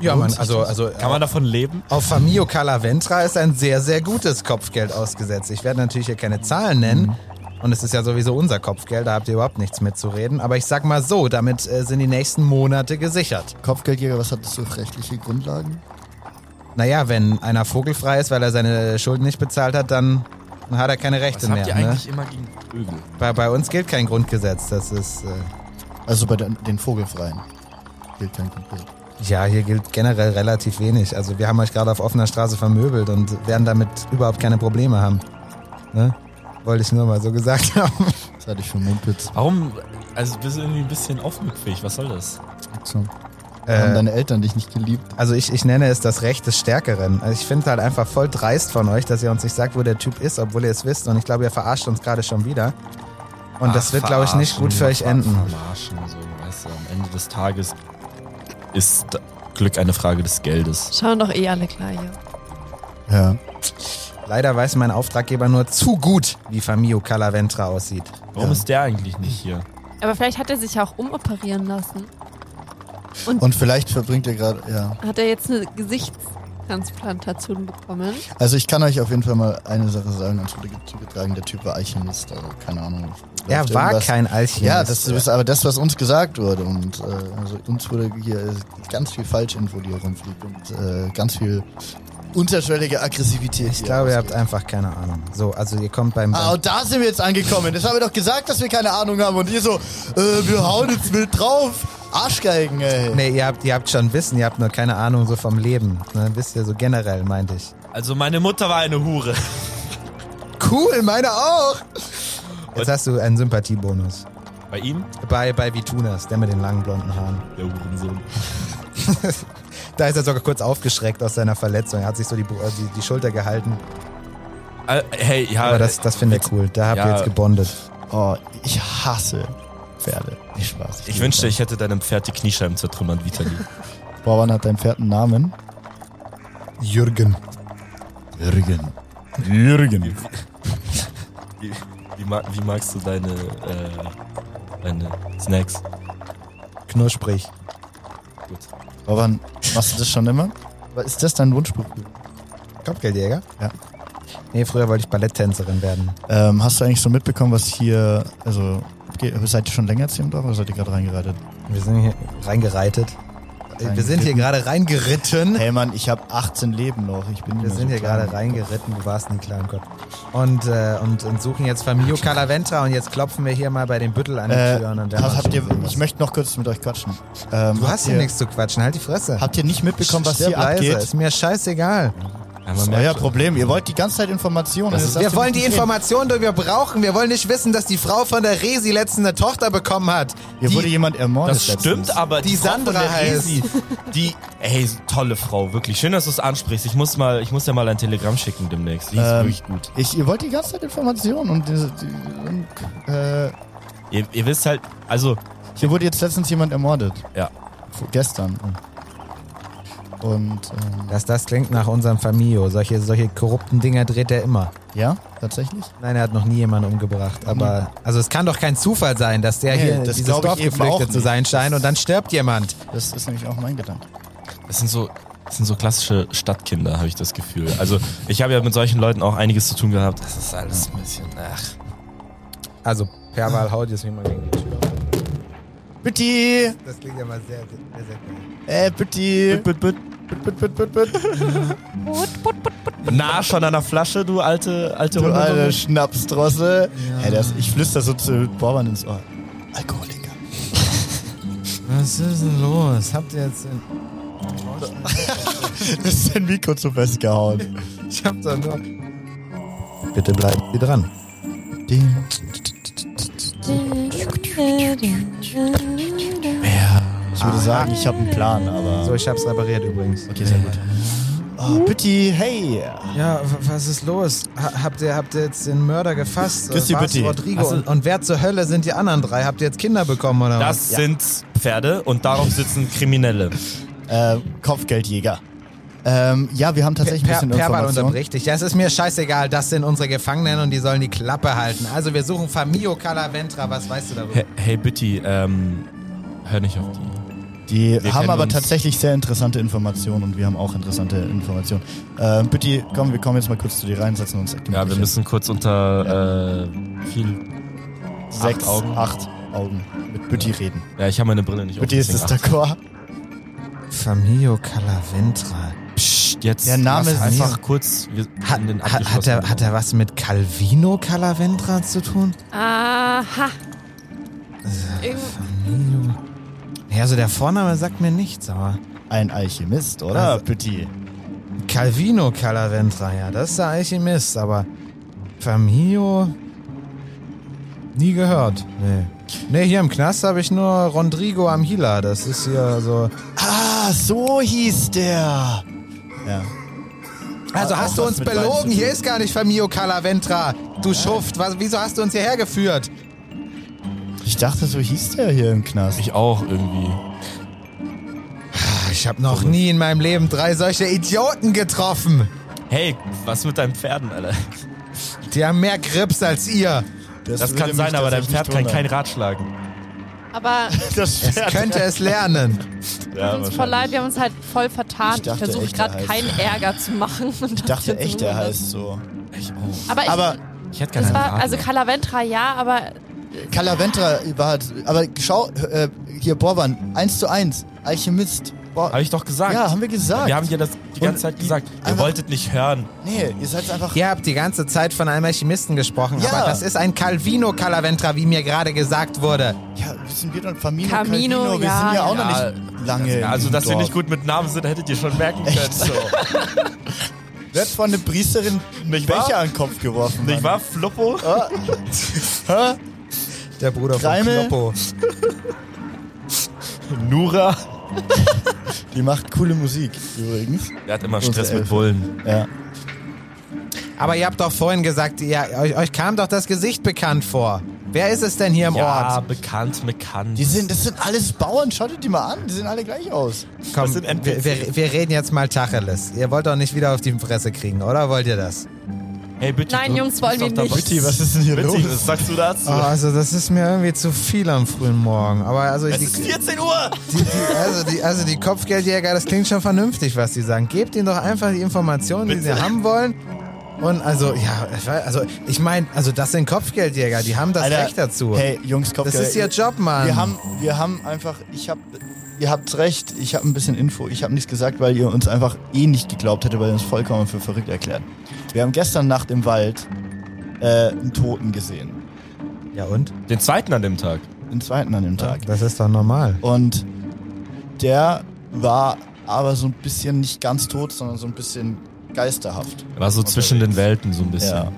Speaker 2: Ja, man, also, also
Speaker 3: kann man davon leben?
Speaker 2: auf Famio Calaventra ist ein sehr, sehr gutes Kopfgeld ausgesetzt. Ich werde natürlich hier keine Zahlen
Speaker 3: Mhm.
Speaker 2: nennen. Und es ist ja sowieso unser Kopfgeld, da habt ihr überhaupt nichts mitzureden. Aber ich sag mal so, damit äh, sind die nächsten Monate gesichert.
Speaker 5: Kopfgeldjäger, was hat das so für rechtliche Grundlagen?
Speaker 2: Naja, wenn einer vogelfrei ist, weil er seine Schulden nicht bezahlt hat, dann hat er keine Rechte
Speaker 3: Was habt ihr
Speaker 2: mehr. Ne?
Speaker 3: eigentlich immer gegen Vögel?
Speaker 2: Bei, bei uns gilt kein Grundgesetz. Das ist. Äh,
Speaker 5: Also bei den, den Vogelfreien gilt kein Kopfgeld.
Speaker 2: Ja, hier gilt generell relativ wenig. Also wir haben euch gerade auf offener Straße vermöbelt und werden damit überhaupt keine Probleme haben. Ne? Wollte ich nur mal so gesagt <laughs> haben.
Speaker 5: Das hatte ich für Mundwitz.
Speaker 3: Warum? Also bist du irgendwie ein bisschen aufmüpfig, was soll das?
Speaker 5: So. Haben
Speaker 2: Äh,
Speaker 5: deine Eltern dich nicht geliebt?
Speaker 2: also ich, ich nenne es das Recht des Stärkeren. Also ich finde halt einfach voll dreist von euch, dass ihr uns nicht sagt, wo der Typ ist, obwohl ihr es wisst. Und ich glaube, ihr verarscht uns gerade schon wieder. Und das
Speaker 3: Ach,
Speaker 2: wird, glaube ich, nicht
Speaker 3: verarschen,
Speaker 2: gut für euch
Speaker 3: ver-
Speaker 2: enden.
Speaker 3: Verarschen, so, weißt du, am Ende des Tages ist Glück eine Frage des Geldes.
Speaker 6: Schauen doch eh alle klar hier.
Speaker 5: Ja.
Speaker 2: Leider weiß mein Auftraggeber nur zu gut, wie Famio Calaventra aussieht.
Speaker 3: Warum ist der eigentlich nicht hier?
Speaker 6: Aber vielleicht hat er sich ja auch umoperieren lassen.
Speaker 5: Und vielleicht verbringt ihr gerade, ja.
Speaker 6: Hat er jetzt eine Gesichtstransplantation bekommen?
Speaker 5: Also ich kann euch auf jeden Fall mal eine Sache sagen, ans Gute zugetragen, der Typ war Alchemist, also keine Ahnung.
Speaker 2: Er
Speaker 5: Läuft
Speaker 2: war
Speaker 5: irgendwas.
Speaker 2: kein Alchemist.
Speaker 5: Ja, das ist aber das, was uns gesagt wurde. Und äh, also uns wurde hier äh, ganz viel Falschinfo, die hier rumfliegt und äh, ganz viel unterschwellige Aggressivität.
Speaker 2: Ich glaube, ihr habt einfach keine Ahnung. So, also ihr kommt beim.
Speaker 5: Ah, und da sind wir jetzt angekommen. Das haben wir doch gesagt, dass wir keine Ahnung haben. Und ihr so, äh, wir hauen jetzt wild drauf. Arschgeigen, ey.
Speaker 2: nee, ihr habt, ihr habt schon Wissen, ihr habt nur keine Ahnung so vom Leben. Ne? Wisst ihr so generell, meinte ich.
Speaker 3: Also meine Mutter war eine Hure.
Speaker 2: Cool, meine auch! Jetzt hast du einen Sympathiebonus.
Speaker 3: Bei ihm?
Speaker 2: Bei, bei Vitunas, der mit den langen blonden Haaren.
Speaker 3: Der Hurensohn.
Speaker 2: Da ist er sogar kurz aufgeschreckt aus seiner Verletzung. Er hat sich so die, Br- äh, die, die Schulter gehalten.
Speaker 3: Äh, hey, ja.
Speaker 2: Aber das, das finde ich cool. Da habt ihr
Speaker 3: Ja.
Speaker 2: jetzt gebondet.
Speaker 5: Oh, ich hasse Pferde. Nicht Spaß.
Speaker 3: ich wünschte, ich hätte deinem Pferd die Kniescheiben zertrümmert, Vitali.
Speaker 5: Boah, wann hat dein Pferd einen Namen?
Speaker 2: Jürgen.
Speaker 5: Jürgen.
Speaker 3: Jürgen. Wie, wie, mag, wie magst du deine, äh, deine Snacks?
Speaker 2: Knusprig.
Speaker 5: Aber wann machst du das schon immer? Was Ist das dein Wunschbuch?
Speaker 2: Kopfgeldjäger?
Speaker 5: Ja.
Speaker 2: Nee, früher wollte ich Balletttänzerin werden.
Speaker 5: Ähm, hast du eigentlich so mitbekommen, was hier, also, ge- seid ihr schon länger jetzt hier im Dorf oder seid ihr
Speaker 2: <laughs>
Speaker 5: gerade reingereitet?
Speaker 2: Wir sind hier reingereitet. Wir sind hier gerade reingeritten.
Speaker 5: Hey Mann, ich habe 18 Leben noch. Ich bin nicht
Speaker 2: Wir
Speaker 5: mehr
Speaker 2: sind
Speaker 5: so
Speaker 2: hier
Speaker 5: klein.
Speaker 2: gerade reingeritten, du warst ein kleiner Gott. Und, äh, und, und suchen jetzt Familio Calaventra und jetzt klopfen wir hier mal bei dem Büttel an die
Speaker 5: Äh,
Speaker 2: Tür. Und dann
Speaker 5: hab, habt ihr,
Speaker 2: schon was.
Speaker 5: ich möchte noch kurz mit euch quatschen. Ähm,
Speaker 2: du hast
Speaker 5: habt
Speaker 2: hier
Speaker 5: ihr-
Speaker 2: nichts zu quatschen, halt die Fresse.
Speaker 5: Habt ihr nicht mitbekommen, was
Speaker 2: Stirb
Speaker 5: hier
Speaker 2: leise,
Speaker 5: abgeht?
Speaker 2: Ist mir scheißegal.
Speaker 5: Das ist
Speaker 3: merkt
Speaker 5: euer
Speaker 3: schon.
Speaker 5: Problem. Ihr wollt die ganze Zeit Informationen.
Speaker 3: Das
Speaker 5: Jetzt
Speaker 3: ist-
Speaker 5: hast
Speaker 2: Wir
Speaker 5: du
Speaker 2: wollen
Speaker 5: nicht
Speaker 2: die
Speaker 5: gesehen.
Speaker 2: Informationen, die wir brauchen. Wir wollen nicht wissen, dass die Frau von der Resi letztens eine Tochter bekommen hat.
Speaker 5: Hier wurde
Speaker 2: Die,
Speaker 5: jemand ermordet.
Speaker 3: Das stimmt,
Speaker 5: letztens.
Speaker 3: aber
Speaker 2: Die
Speaker 3: Frau von
Speaker 2: Sandra
Speaker 3: der
Speaker 2: heißt.
Speaker 3: Resi, Die, ey, tolle Frau, wirklich. Schön, dass du es ansprichst. Ich muss mal, ich muss ja mal ein Telegramm schicken demnächst. Die ist
Speaker 5: Ähm,
Speaker 3: wirklich gut.
Speaker 5: Ich, ihr wollt die ganze Zeit Informationen und, diese- die- und äh,
Speaker 3: Ihr, ihr wisst halt, also,
Speaker 5: hier wurde jetzt letztens jemand ermordet.
Speaker 3: Ja.
Speaker 5: Vor- Gestern. Und ähm,
Speaker 2: dass das klingt nach unserem Familio. Solche, solche korrupten Dinger dreht er immer.
Speaker 5: ja, tatsächlich.
Speaker 2: Nein, er hat noch nie jemanden umgebracht. Aber also es kann doch kein Zufall sein, dass der
Speaker 5: Nee,
Speaker 2: hier in
Speaker 5: das
Speaker 2: dieses
Speaker 5: glaub ich
Speaker 2: Dorf
Speaker 5: eben auch
Speaker 2: geflüchtet
Speaker 5: nicht.
Speaker 2: zu sein scheint und dann stirbt jemand.
Speaker 5: Das ist nämlich auch mein Gedanke.
Speaker 3: das sind so, das sind so klassische Stadtkinder, habe ich das Gefühl. Also, ich habe ja mit solchen Leuten auch einiges zu tun gehabt. Das ist alles ein bisschen, ach.
Speaker 2: Also Permal haut jetzt jemand gegen die Tür.
Speaker 5: Bitte!
Speaker 2: Das klingt ja mal sehr, sehr, sehr gut.
Speaker 5: Äh, bitte!
Speaker 3: Büt, büt.
Speaker 5: Bit, bit, bit, bit, bit.
Speaker 3: Na, schon an der Flasche, du alte, alte
Speaker 5: Du
Speaker 3: Hunde.
Speaker 5: alte Schnapsdrossel. Ey, das, ich flüster so zu Bormann ins Ohr. Alkoholiker. <laughs>
Speaker 2: Was ist denn los? Habt ihr jetzt...
Speaker 5: Das ist dein Mikro zu festgehauen.
Speaker 2: Ich hab da nur... Bitte bleiben Sie dran.
Speaker 5: Ich würde sagen, ich habe einen Plan, aber.
Speaker 2: So, ich hab's repariert übrigens.
Speaker 5: Okay, sehr gut. Oh, Pitti, hey!
Speaker 2: Ja, w- was ist los? Ha habt, ihr, habt ihr jetzt den Mörder gefasst?
Speaker 5: Grüß dich,
Speaker 2: War's
Speaker 5: Bitti.
Speaker 2: Rodrigo und, und wer zur Hölle sind die anderen drei? Habt ihr jetzt Kinder bekommen oder was?
Speaker 3: Das sind Pferde und darauf sitzen Kriminelle.
Speaker 5: Äh, Kopfgeldjäger. Ähm, ja, wir haben tatsächlich
Speaker 2: Per,
Speaker 5: ein bisschen
Speaker 2: Perwal
Speaker 5: Informationen.
Speaker 2: unterbricht dich. Das ist mir scheißegal. Das sind unsere Gefangenen und die sollen die Klappe halten. Also wir suchen Famio Calaventra. Was weißt du darüber?
Speaker 3: Hey, hey Bitty, ähm, hör nicht auf die.
Speaker 5: Die
Speaker 3: Wir
Speaker 5: haben
Speaker 3: kennen
Speaker 5: aber
Speaker 3: uns.
Speaker 5: tatsächlich sehr interessante Informationen und wir haben auch interessante Informationen. Ähm, Pitti, komm, wir kommen jetzt mal kurz zu dir rein, setzen uns
Speaker 3: Ja, wir müssen kurz unter äh, viel.
Speaker 5: sechs
Speaker 3: acht Augen.
Speaker 5: acht Augen mit Pitti reden.
Speaker 3: Ja, ich habe meine Brille nicht
Speaker 5: Pitti, ist das
Speaker 3: deswegen-
Speaker 5: d'accord?
Speaker 2: Famio Calaventra.
Speaker 3: Psst, jetzt
Speaker 5: Der Name
Speaker 3: lass
Speaker 5: ist
Speaker 3: einfach kurz. Wir
Speaker 2: Hat,
Speaker 3: in den
Speaker 2: hat, hat, er, hat er was mit Calvino Calaventra zu tun?
Speaker 6: Aha. Irgend
Speaker 2: Famio. Ja, also der Vorname sagt mir nichts, aber...
Speaker 5: Ein Alchemist, oder?
Speaker 2: Also-
Speaker 5: Pitti.
Speaker 2: Calvino Calaventra, ja, das ist der Alchemist, aber Famio nie gehört. Nee. Nee, hier im Knast habe ich nur Rodrigo Amhila. Das ist hier so.
Speaker 5: Ah, so hieß der. Ja.
Speaker 2: Also
Speaker 5: Hat auch
Speaker 2: hast du
Speaker 5: was
Speaker 2: uns
Speaker 5: mit beiden zu
Speaker 2: belogen?
Speaker 5: tun.
Speaker 2: Hier ist gar nicht Famio Calaventra. Du Schuft, was, wieso hast du uns hierher geführt?
Speaker 5: Ich dachte, so hieß der hier im Knast.
Speaker 3: Ich auch irgendwie.
Speaker 2: Ah, Ich habe noch nie in meinem Leben drei solche Idioten getroffen.
Speaker 3: Hey, was mit deinen Pferden, Alter?
Speaker 2: Die haben mehr Grips als <laughs> ihr.
Speaker 3: Das,
Speaker 5: würde
Speaker 3: kann
Speaker 5: mich
Speaker 3: sein, aber dein
Speaker 5: tatsächlich
Speaker 3: Pferd kann
Speaker 5: wundern.
Speaker 3: kein Rad schlagen.
Speaker 6: aber
Speaker 5: Das
Speaker 2: Es
Speaker 5: Pferd.
Speaker 2: könnte es lernen.
Speaker 6: tut uns voll leid, wir haben uns halt voll vertan.
Speaker 5: Ich
Speaker 6: Ich,
Speaker 5: dachte
Speaker 6: versuche
Speaker 5: echt, er
Speaker 6: gerade
Speaker 5: heißt-
Speaker 6: keinen Ärger zu machen. Und
Speaker 5: Ich dachte
Speaker 6: jetzt
Speaker 5: echt,
Speaker 6: so-
Speaker 5: er heißt so.
Speaker 3: Ich, oh.
Speaker 6: Aber ich,
Speaker 5: Aber
Speaker 3: ich hätte gerne
Speaker 6: das
Speaker 3: ein
Speaker 6: war,
Speaker 3: Rad.
Speaker 6: also Calaventra ja, aber
Speaker 5: Calaventra war. halt, Aber schau, äh, hier Borban, eins zu eins, Alchemist. Bo
Speaker 3: Habe ich doch gesagt.
Speaker 5: ja, haben wir gesagt.
Speaker 3: wir haben dir das die ganze Zeit gesagt. Ihr
Speaker 5: einfach-
Speaker 3: wolltet nicht hören.
Speaker 5: nee, ihr seid einfach.
Speaker 2: Ihr habt die ganze Zeit von einem Alchemisten gesprochen,
Speaker 5: Ja.
Speaker 2: aber das ist ein Calvino Calaventra, wie mir gerade gesagt wurde.
Speaker 5: Ja, wir sind wir und Famino
Speaker 6: Camino,
Speaker 5: Calvino, wir
Speaker 6: ja,
Speaker 5: sind ja auch
Speaker 3: ja.
Speaker 5: noch nicht lange.
Speaker 3: Also,
Speaker 5: im
Speaker 3: dass wir
Speaker 5: Dorf.
Speaker 3: nicht gut mit Namen sind, hättet ihr schon merken
Speaker 5: Echt
Speaker 3: können.
Speaker 5: so. Wird von einer Priesterin einen
Speaker 3: wahr?
Speaker 5: Becher an den Kopf geworfen.
Speaker 3: Nicht
Speaker 5: Mann.
Speaker 3: wahr, Fluppo?
Speaker 5: Hä?
Speaker 2: Der Bruder
Speaker 5: Kreimel?
Speaker 2: von Kloppo.
Speaker 3: Nura.
Speaker 5: Die macht coole Musik übrigens.
Speaker 3: Der hat immer
Speaker 5: Unsere
Speaker 3: Stress mit
Speaker 5: Elfe.
Speaker 3: Bullen.
Speaker 5: Ja.
Speaker 2: Aber ihr habt doch vorhin gesagt, ihr, euch, euch kam doch das Gesicht bekannt vor. Wer ist es denn hier im
Speaker 3: Ja,
Speaker 2: Ort?
Speaker 3: bekannt, bekannt.
Speaker 5: Die sind, das sind alles Bauern, schaut euch die mal an, die sehen alle gleich aus.
Speaker 2: Komm,
Speaker 3: sind
Speaker 2: wir,
Speaker 3: NPCs.
Speaker 2: wir, wir reden jetzt mal Tacheles. Ihr wollt doch nicht wieder auf die Fresse kriegen, oder wollt ihr das?
Speaker 3: Hey, bitte.
Speaker 6: Nein,
Speaker 3: du-
Speaker 6: Jungs, wollen
Speaker 3: bist doch
Speaker 6: wir
Speaker 3: dabei.
Speaker 6: nicht. Bitte,
Speaker 5: was ist denn hier
Speaker 3: Bitte,
Speaker 5: los? Ah.
Speaker 3: Was sagst du dazu?
Speaker 2: also das ist mir irgendwie zu viel am frühen Morgen. Aber also
Speaker 3: es ist 14 Uhr.
Speaker 2: Die, die, also, die, also die Kopfgeldjäger, das klingt schon vernünftig, was die sagen. Gebt ihnen doch einfach die Informationen, die sie haben wollen. Und also, ja, ich weiß- also ich meine, also das sind Kopfgeldjäger, die haben das
Speaker 5: Alter,
Speaker 2: Recht dazu.
Speaker 5: Hey, Jungs, Kopf
Speaker 2: das ist ihr Job, Mann.
Speaker 5: Wir haben, wir haben einfach, ich hab, ihr habt recht, ich habe ein bisschen Info. Ich habe nichts gesagt, weil ihr uns einfach eh nicht geglaubt hättet, weil ihr uns vollkommen für verrückt erklärt. Wir haben gestern Nacht im Wald äh, einen Toten gesehen.
Speaker 2: ja und?
Speaker 3: Den zweiten an dem Tag.
Speaker 5: Den zweiten an dem Tag.
Speaker 2: Das ist doch normal.
Speaker 5: Und der war aber so ein bisschen nicht ganz tot, sondern so ein bisschen geisterhaft.
Speaker 3: War so zwischen den Welten so ein bisschen.
Speaker 5: Ja.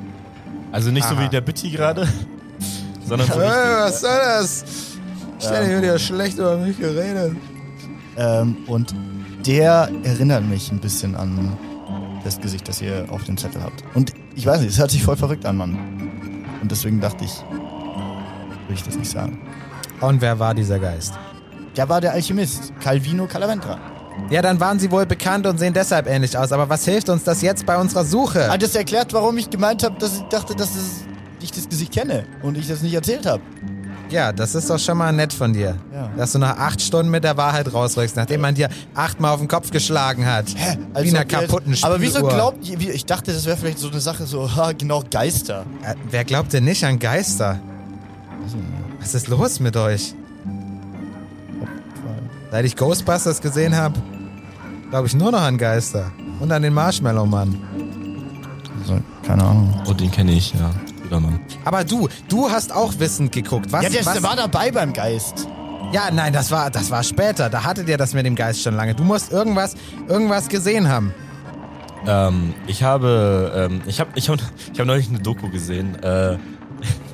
Speaker 3: Also nicht so
Speaker 2: Aha.
Speaker 3: wie der Bitti gerade, <laughs> sondern so
Speaker 2: Hey,
Speaker 5: Äh.
Speaker 3: richtig.
Speaker 2: was soll das? Ständig wird ja schlecht über mich geredet.
Speaker 5: Ähm, und der erinnert mich ein bisschen an das Gesicht, das ihr auf dem Zettel habt. Und ich weiß nicht, es hört sich voll verrückt an, Mann. Und deswegen dachte ich, will ich das nicht sagen.
Speaker 2: Und wer war dieser Geist?
Speaker 5: Der war der Alchemist, Calvino Calaventra.
Speaker 2: Ja, dann waren sie wohl bekannt und sehen deshalb ähnlich aus. Aber was hilft uns das jetzt bei unserer Suche?
Speaker 5: Ah, das erklärt, warum ich gemeint habe, dass ich dachte, dass es, ich das Gesicht kenne und ich das nicht erzählt habe.
Speaker 2: Ja, das ist doch schon mal nett von dir.
Speaker 5: Ja.
Speaker 2: Dass du nach acht Stunden mit der Wahrheit rausrückst, nachdem man dir achtmal auf den Kopf geschlagen hat. Hä? Also,
Speaker 5: Als
Speaker 2: Wie einer
Speaker 5: ob ihr-
Speaker 2: kaputten Spieluhr.
Speaker 5: Also, Aber wieso glaubt ihr, wie- ich dachte, das wäre vielleicht so eine Sache, so, ha, genau, Geister.
Speaker 2: Äh, wer glaubt denn nicht an Geister? Was ist los mit euch? Seit ich Ghostbusters gesehen habe, glaube ich nur noch an Geister. Und an den Marshmallow-Mann.
Speaker 5: Also, keine Ahnung.
Speaker 3: Oh, den kenne ich, ja. Guter Mann.
Speaker 2: Aber du, du hast auch wissend geguckt. Was,
Speaker 5: Ja, der
Speaker 2: was,
Speaker 5: war dabei beim Geist.
Speaker 2: ja nein, das war, das war später. Da hattet ihr das mit dem Geist schon lange. Du musst irgendwas, irgendwas gesehen haben.
Speaker 3: Ähm, ich habe, ähm, ich habe, ich habe, ich habe neulich eine Doku gesehen. Äh,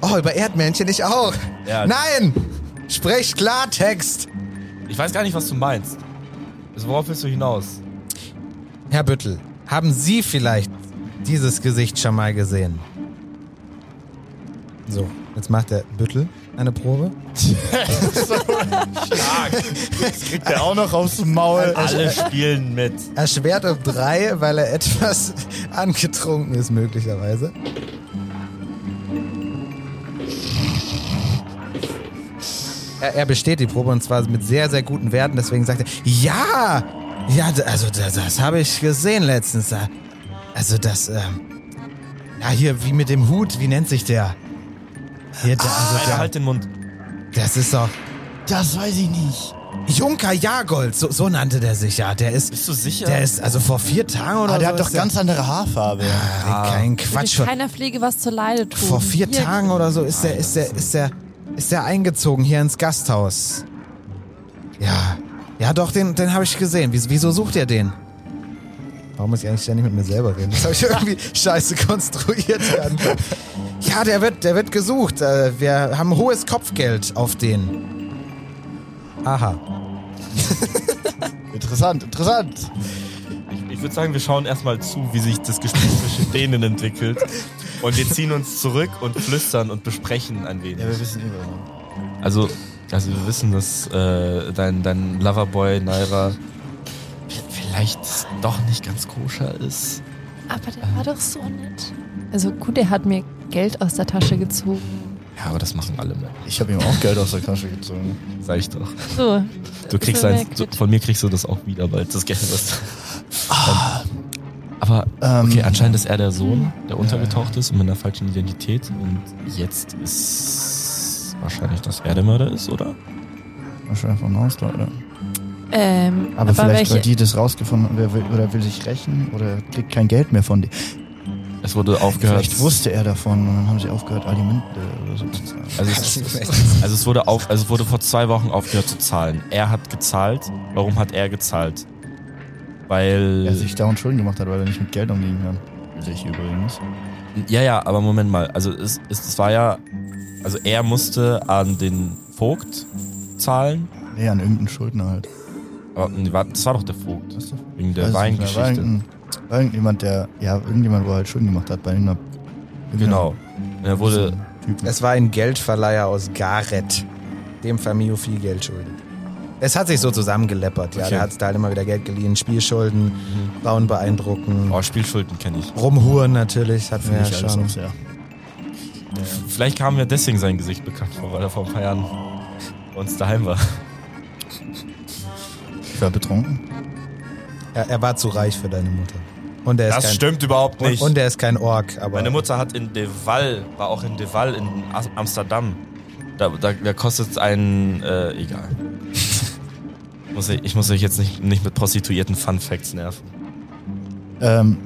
Speaker 2: Oh, über Erdmännchen, ich auch.
Speaker 3: Ja.
Speaker 2: Nein! Sprich Klartext!
Speaker 3: ich weiß gar nicht, was du meinst. Also worauf willst du hinaus?
Speaker 2: Herr Büttel, haben Sie vielleicht dieses Gesicht schon mal gesehen? So, jetzt macht der Büttel eine Probe.
Speaker 5: Kriegt der auch noch aufs Maul.
Speaker 3: Alle spielen mit.
Speaker 2: Erschwert um drei, weil er etwas <laughs> angetrunken ist, möglicherweise. Er, er besteht die Probe und zwar mit sehr, sehr guten Werten. Deswegen sagt er, ja, ja, d- also das, das habe ich gesehen letztens. Da- Also das, ähm, ja, hier, wie mit dem Hut, wie nennt sich der? Hier, da, also
Speaker 3: Alter,
Speaker 2: der,
Speaker 3: halt den Mund.
Speaker 2: das ist doch
Speaker 5: Das weiß ich nicht.
Speaker 2: Junker Jagold, so, so nannte der sich ja. Der ist,
Speaker 3: Bist du sicher?
Speaker 2: der ist also vor vier Tagen oder
Speaker 5: Aber Ah, der
Speaker 2: so
Speaker 5: hat doch
Speaker 2: ist der-
Speaker 5: ganz andere Haarfarbe.
Speaker 2: Ah, Kein Quatsch.
Speaker 7: Will keiner Pflege was zur Leide tun.
Speaker 2: Vor vier
Speaker 7: Hier-
Speaker 2: Tagen oder so ist er, ist er, ist er, ist er eingezogen hier ins Gasthaus. Ja. Ja, doch, den, den habe ich gesehen. Wieso, wieso sucht ihr den? Warum muss ich eigentlich ständig mit mir selber reden? Das habe ich irgendwie scheiße konstruiert. die Antwort. Ja, der wird, der wird gesucht. Äh, Wir haben hohes Kopfgeld auf den. Aha.
Speaker 5: Interessant, interessant.
Speaker 3: Ich, ich würde sagen, wir schauen erstmal zu, wie sich das Gespräch zwischen denen entwickelt. Und wir ziehen uns zurück und flüstern und besprechen ein wenig.
Speaker 5: Ja, wir wissen eh was.
Speaker 3: Also, also wir wissen, dass äh, dein, dein Loverboy Naira v- vielleicht doch nicht ganz koscher ist.
Speaker 7: Aber der war doch so nett. Also gut, er hat mir Geld aus der Tasche gezogen.
Speaker 3: Ja, aber das machen alle Männer.
Speaker 5: Ich habe ihm auch Geld aus der Tasche gezogen.
Speaker 3: Sag ich doch.
Speaker 7: So.
Speaker 3: Du kriegst
Speaker 7: so
Speaker 3: eins,
Speaker 7: weg
Speaker 3: du,
Speaker 7: mit-
Speaker 3: von mir kriegst du das auch wieder bald, das Geld. Was, ähm, aber
Speaker 5: Ah. Ähm,
Speaker 3: okay, anscheinend ist er der Sohn, der untergetaucht ist und mit einer falschen Identität. Und jetzt ist wahrscheinlich, dass er der Mörder ist, oder?
Speaker 5: Wahrscheinlich von Haus, Leute.
Speaker 7: Ähm,
Speaker 5: Aber, vielleicht, weil
Speaker 7: welche,
Speaker 5: die das rausgefunden haben, wer will, oder will sich rächen oder kriegt kein Geld mehr von dir.
Speaker 3: Es wurde aufgehört.
Speaker 5: Vielleicht wusste er davon und dann haben sie aufgehört, Alimente oder so zu zahlen.
Speaker 3: Also es, also es wurde auf, also es wurde vor zwei Wochen aufgehört zu zahlen. Er hat gezahlt. Warum hat er gezahlt?
Speaker 2: Äh.
Speaker 5: Er
Speaker 3: Weil
Speaker 5: sich da und Schulden gemacht hat, weil er nicht mit Geld umgehen kann. Sich übrigens.
Speaker 3: ja ja, aber Moment mal. Also es, es, es war ja, also er musste an den Vogt zahlen.
Speaker 5: Nee, an irgendeinen Schuldner halt.
Speaker 3: Aber Ah, nee, war- das war doch der Vogt
Speaker 5: Weißt du?
Speaker 3: wegen der
Speaker 5: Weiß ich nicht, hm. da War
Speaker 3: Weingeschichte.
Speaker 5: irgendein- war irgendjemand, der, ja, irgendjemand, wo er halt Schulden gemacht hat bei irgendeiner.
Speaker 3: Genau. Und er wurde
Speaker 5: Typen.
Speaker 2: Es war ein Geldverleiher aus Gareth, dem Famio viel Geld schuldet. Es hat sich so zusammengeleppert, ja.
Speaker 3: Okay.
Speaker 2: Der hat sich da halt immer wieder Geld geliehen, Spielschulden, Bauen beeindrucken,
Speaker 3: oh Spielschulden kenne ich.
Speaker 2: rumhuren natürlich, hatten wir ja
Speaker 5: Ich alles
Speaker 2: schon.
Speaker 5: auch sehr.
Speaker 3: Vielleicht kam mir deswegen sein Gesicht bekannt vor, weil er vor ein paar Jahren bei uns daheim war.
Speaker 5: Ich war betrunken.
Speaker 2: Er, er war zu reich für deine Mutter. Und er ist kein,
Speaker 3: stimmt überhaupt
Speaker 2: und, und er ist kein Ork, aber
Speaker 3: Meine Mutter hat in Deval, war auch in Deval in As- Amsterdam. Da, da, da kostet ein, äh, egal. <laughs> muss ich, ich muss euch jetzt nicht, nicht mit prostituierten Fun Facts nerven.
Speaker 5: Ähm,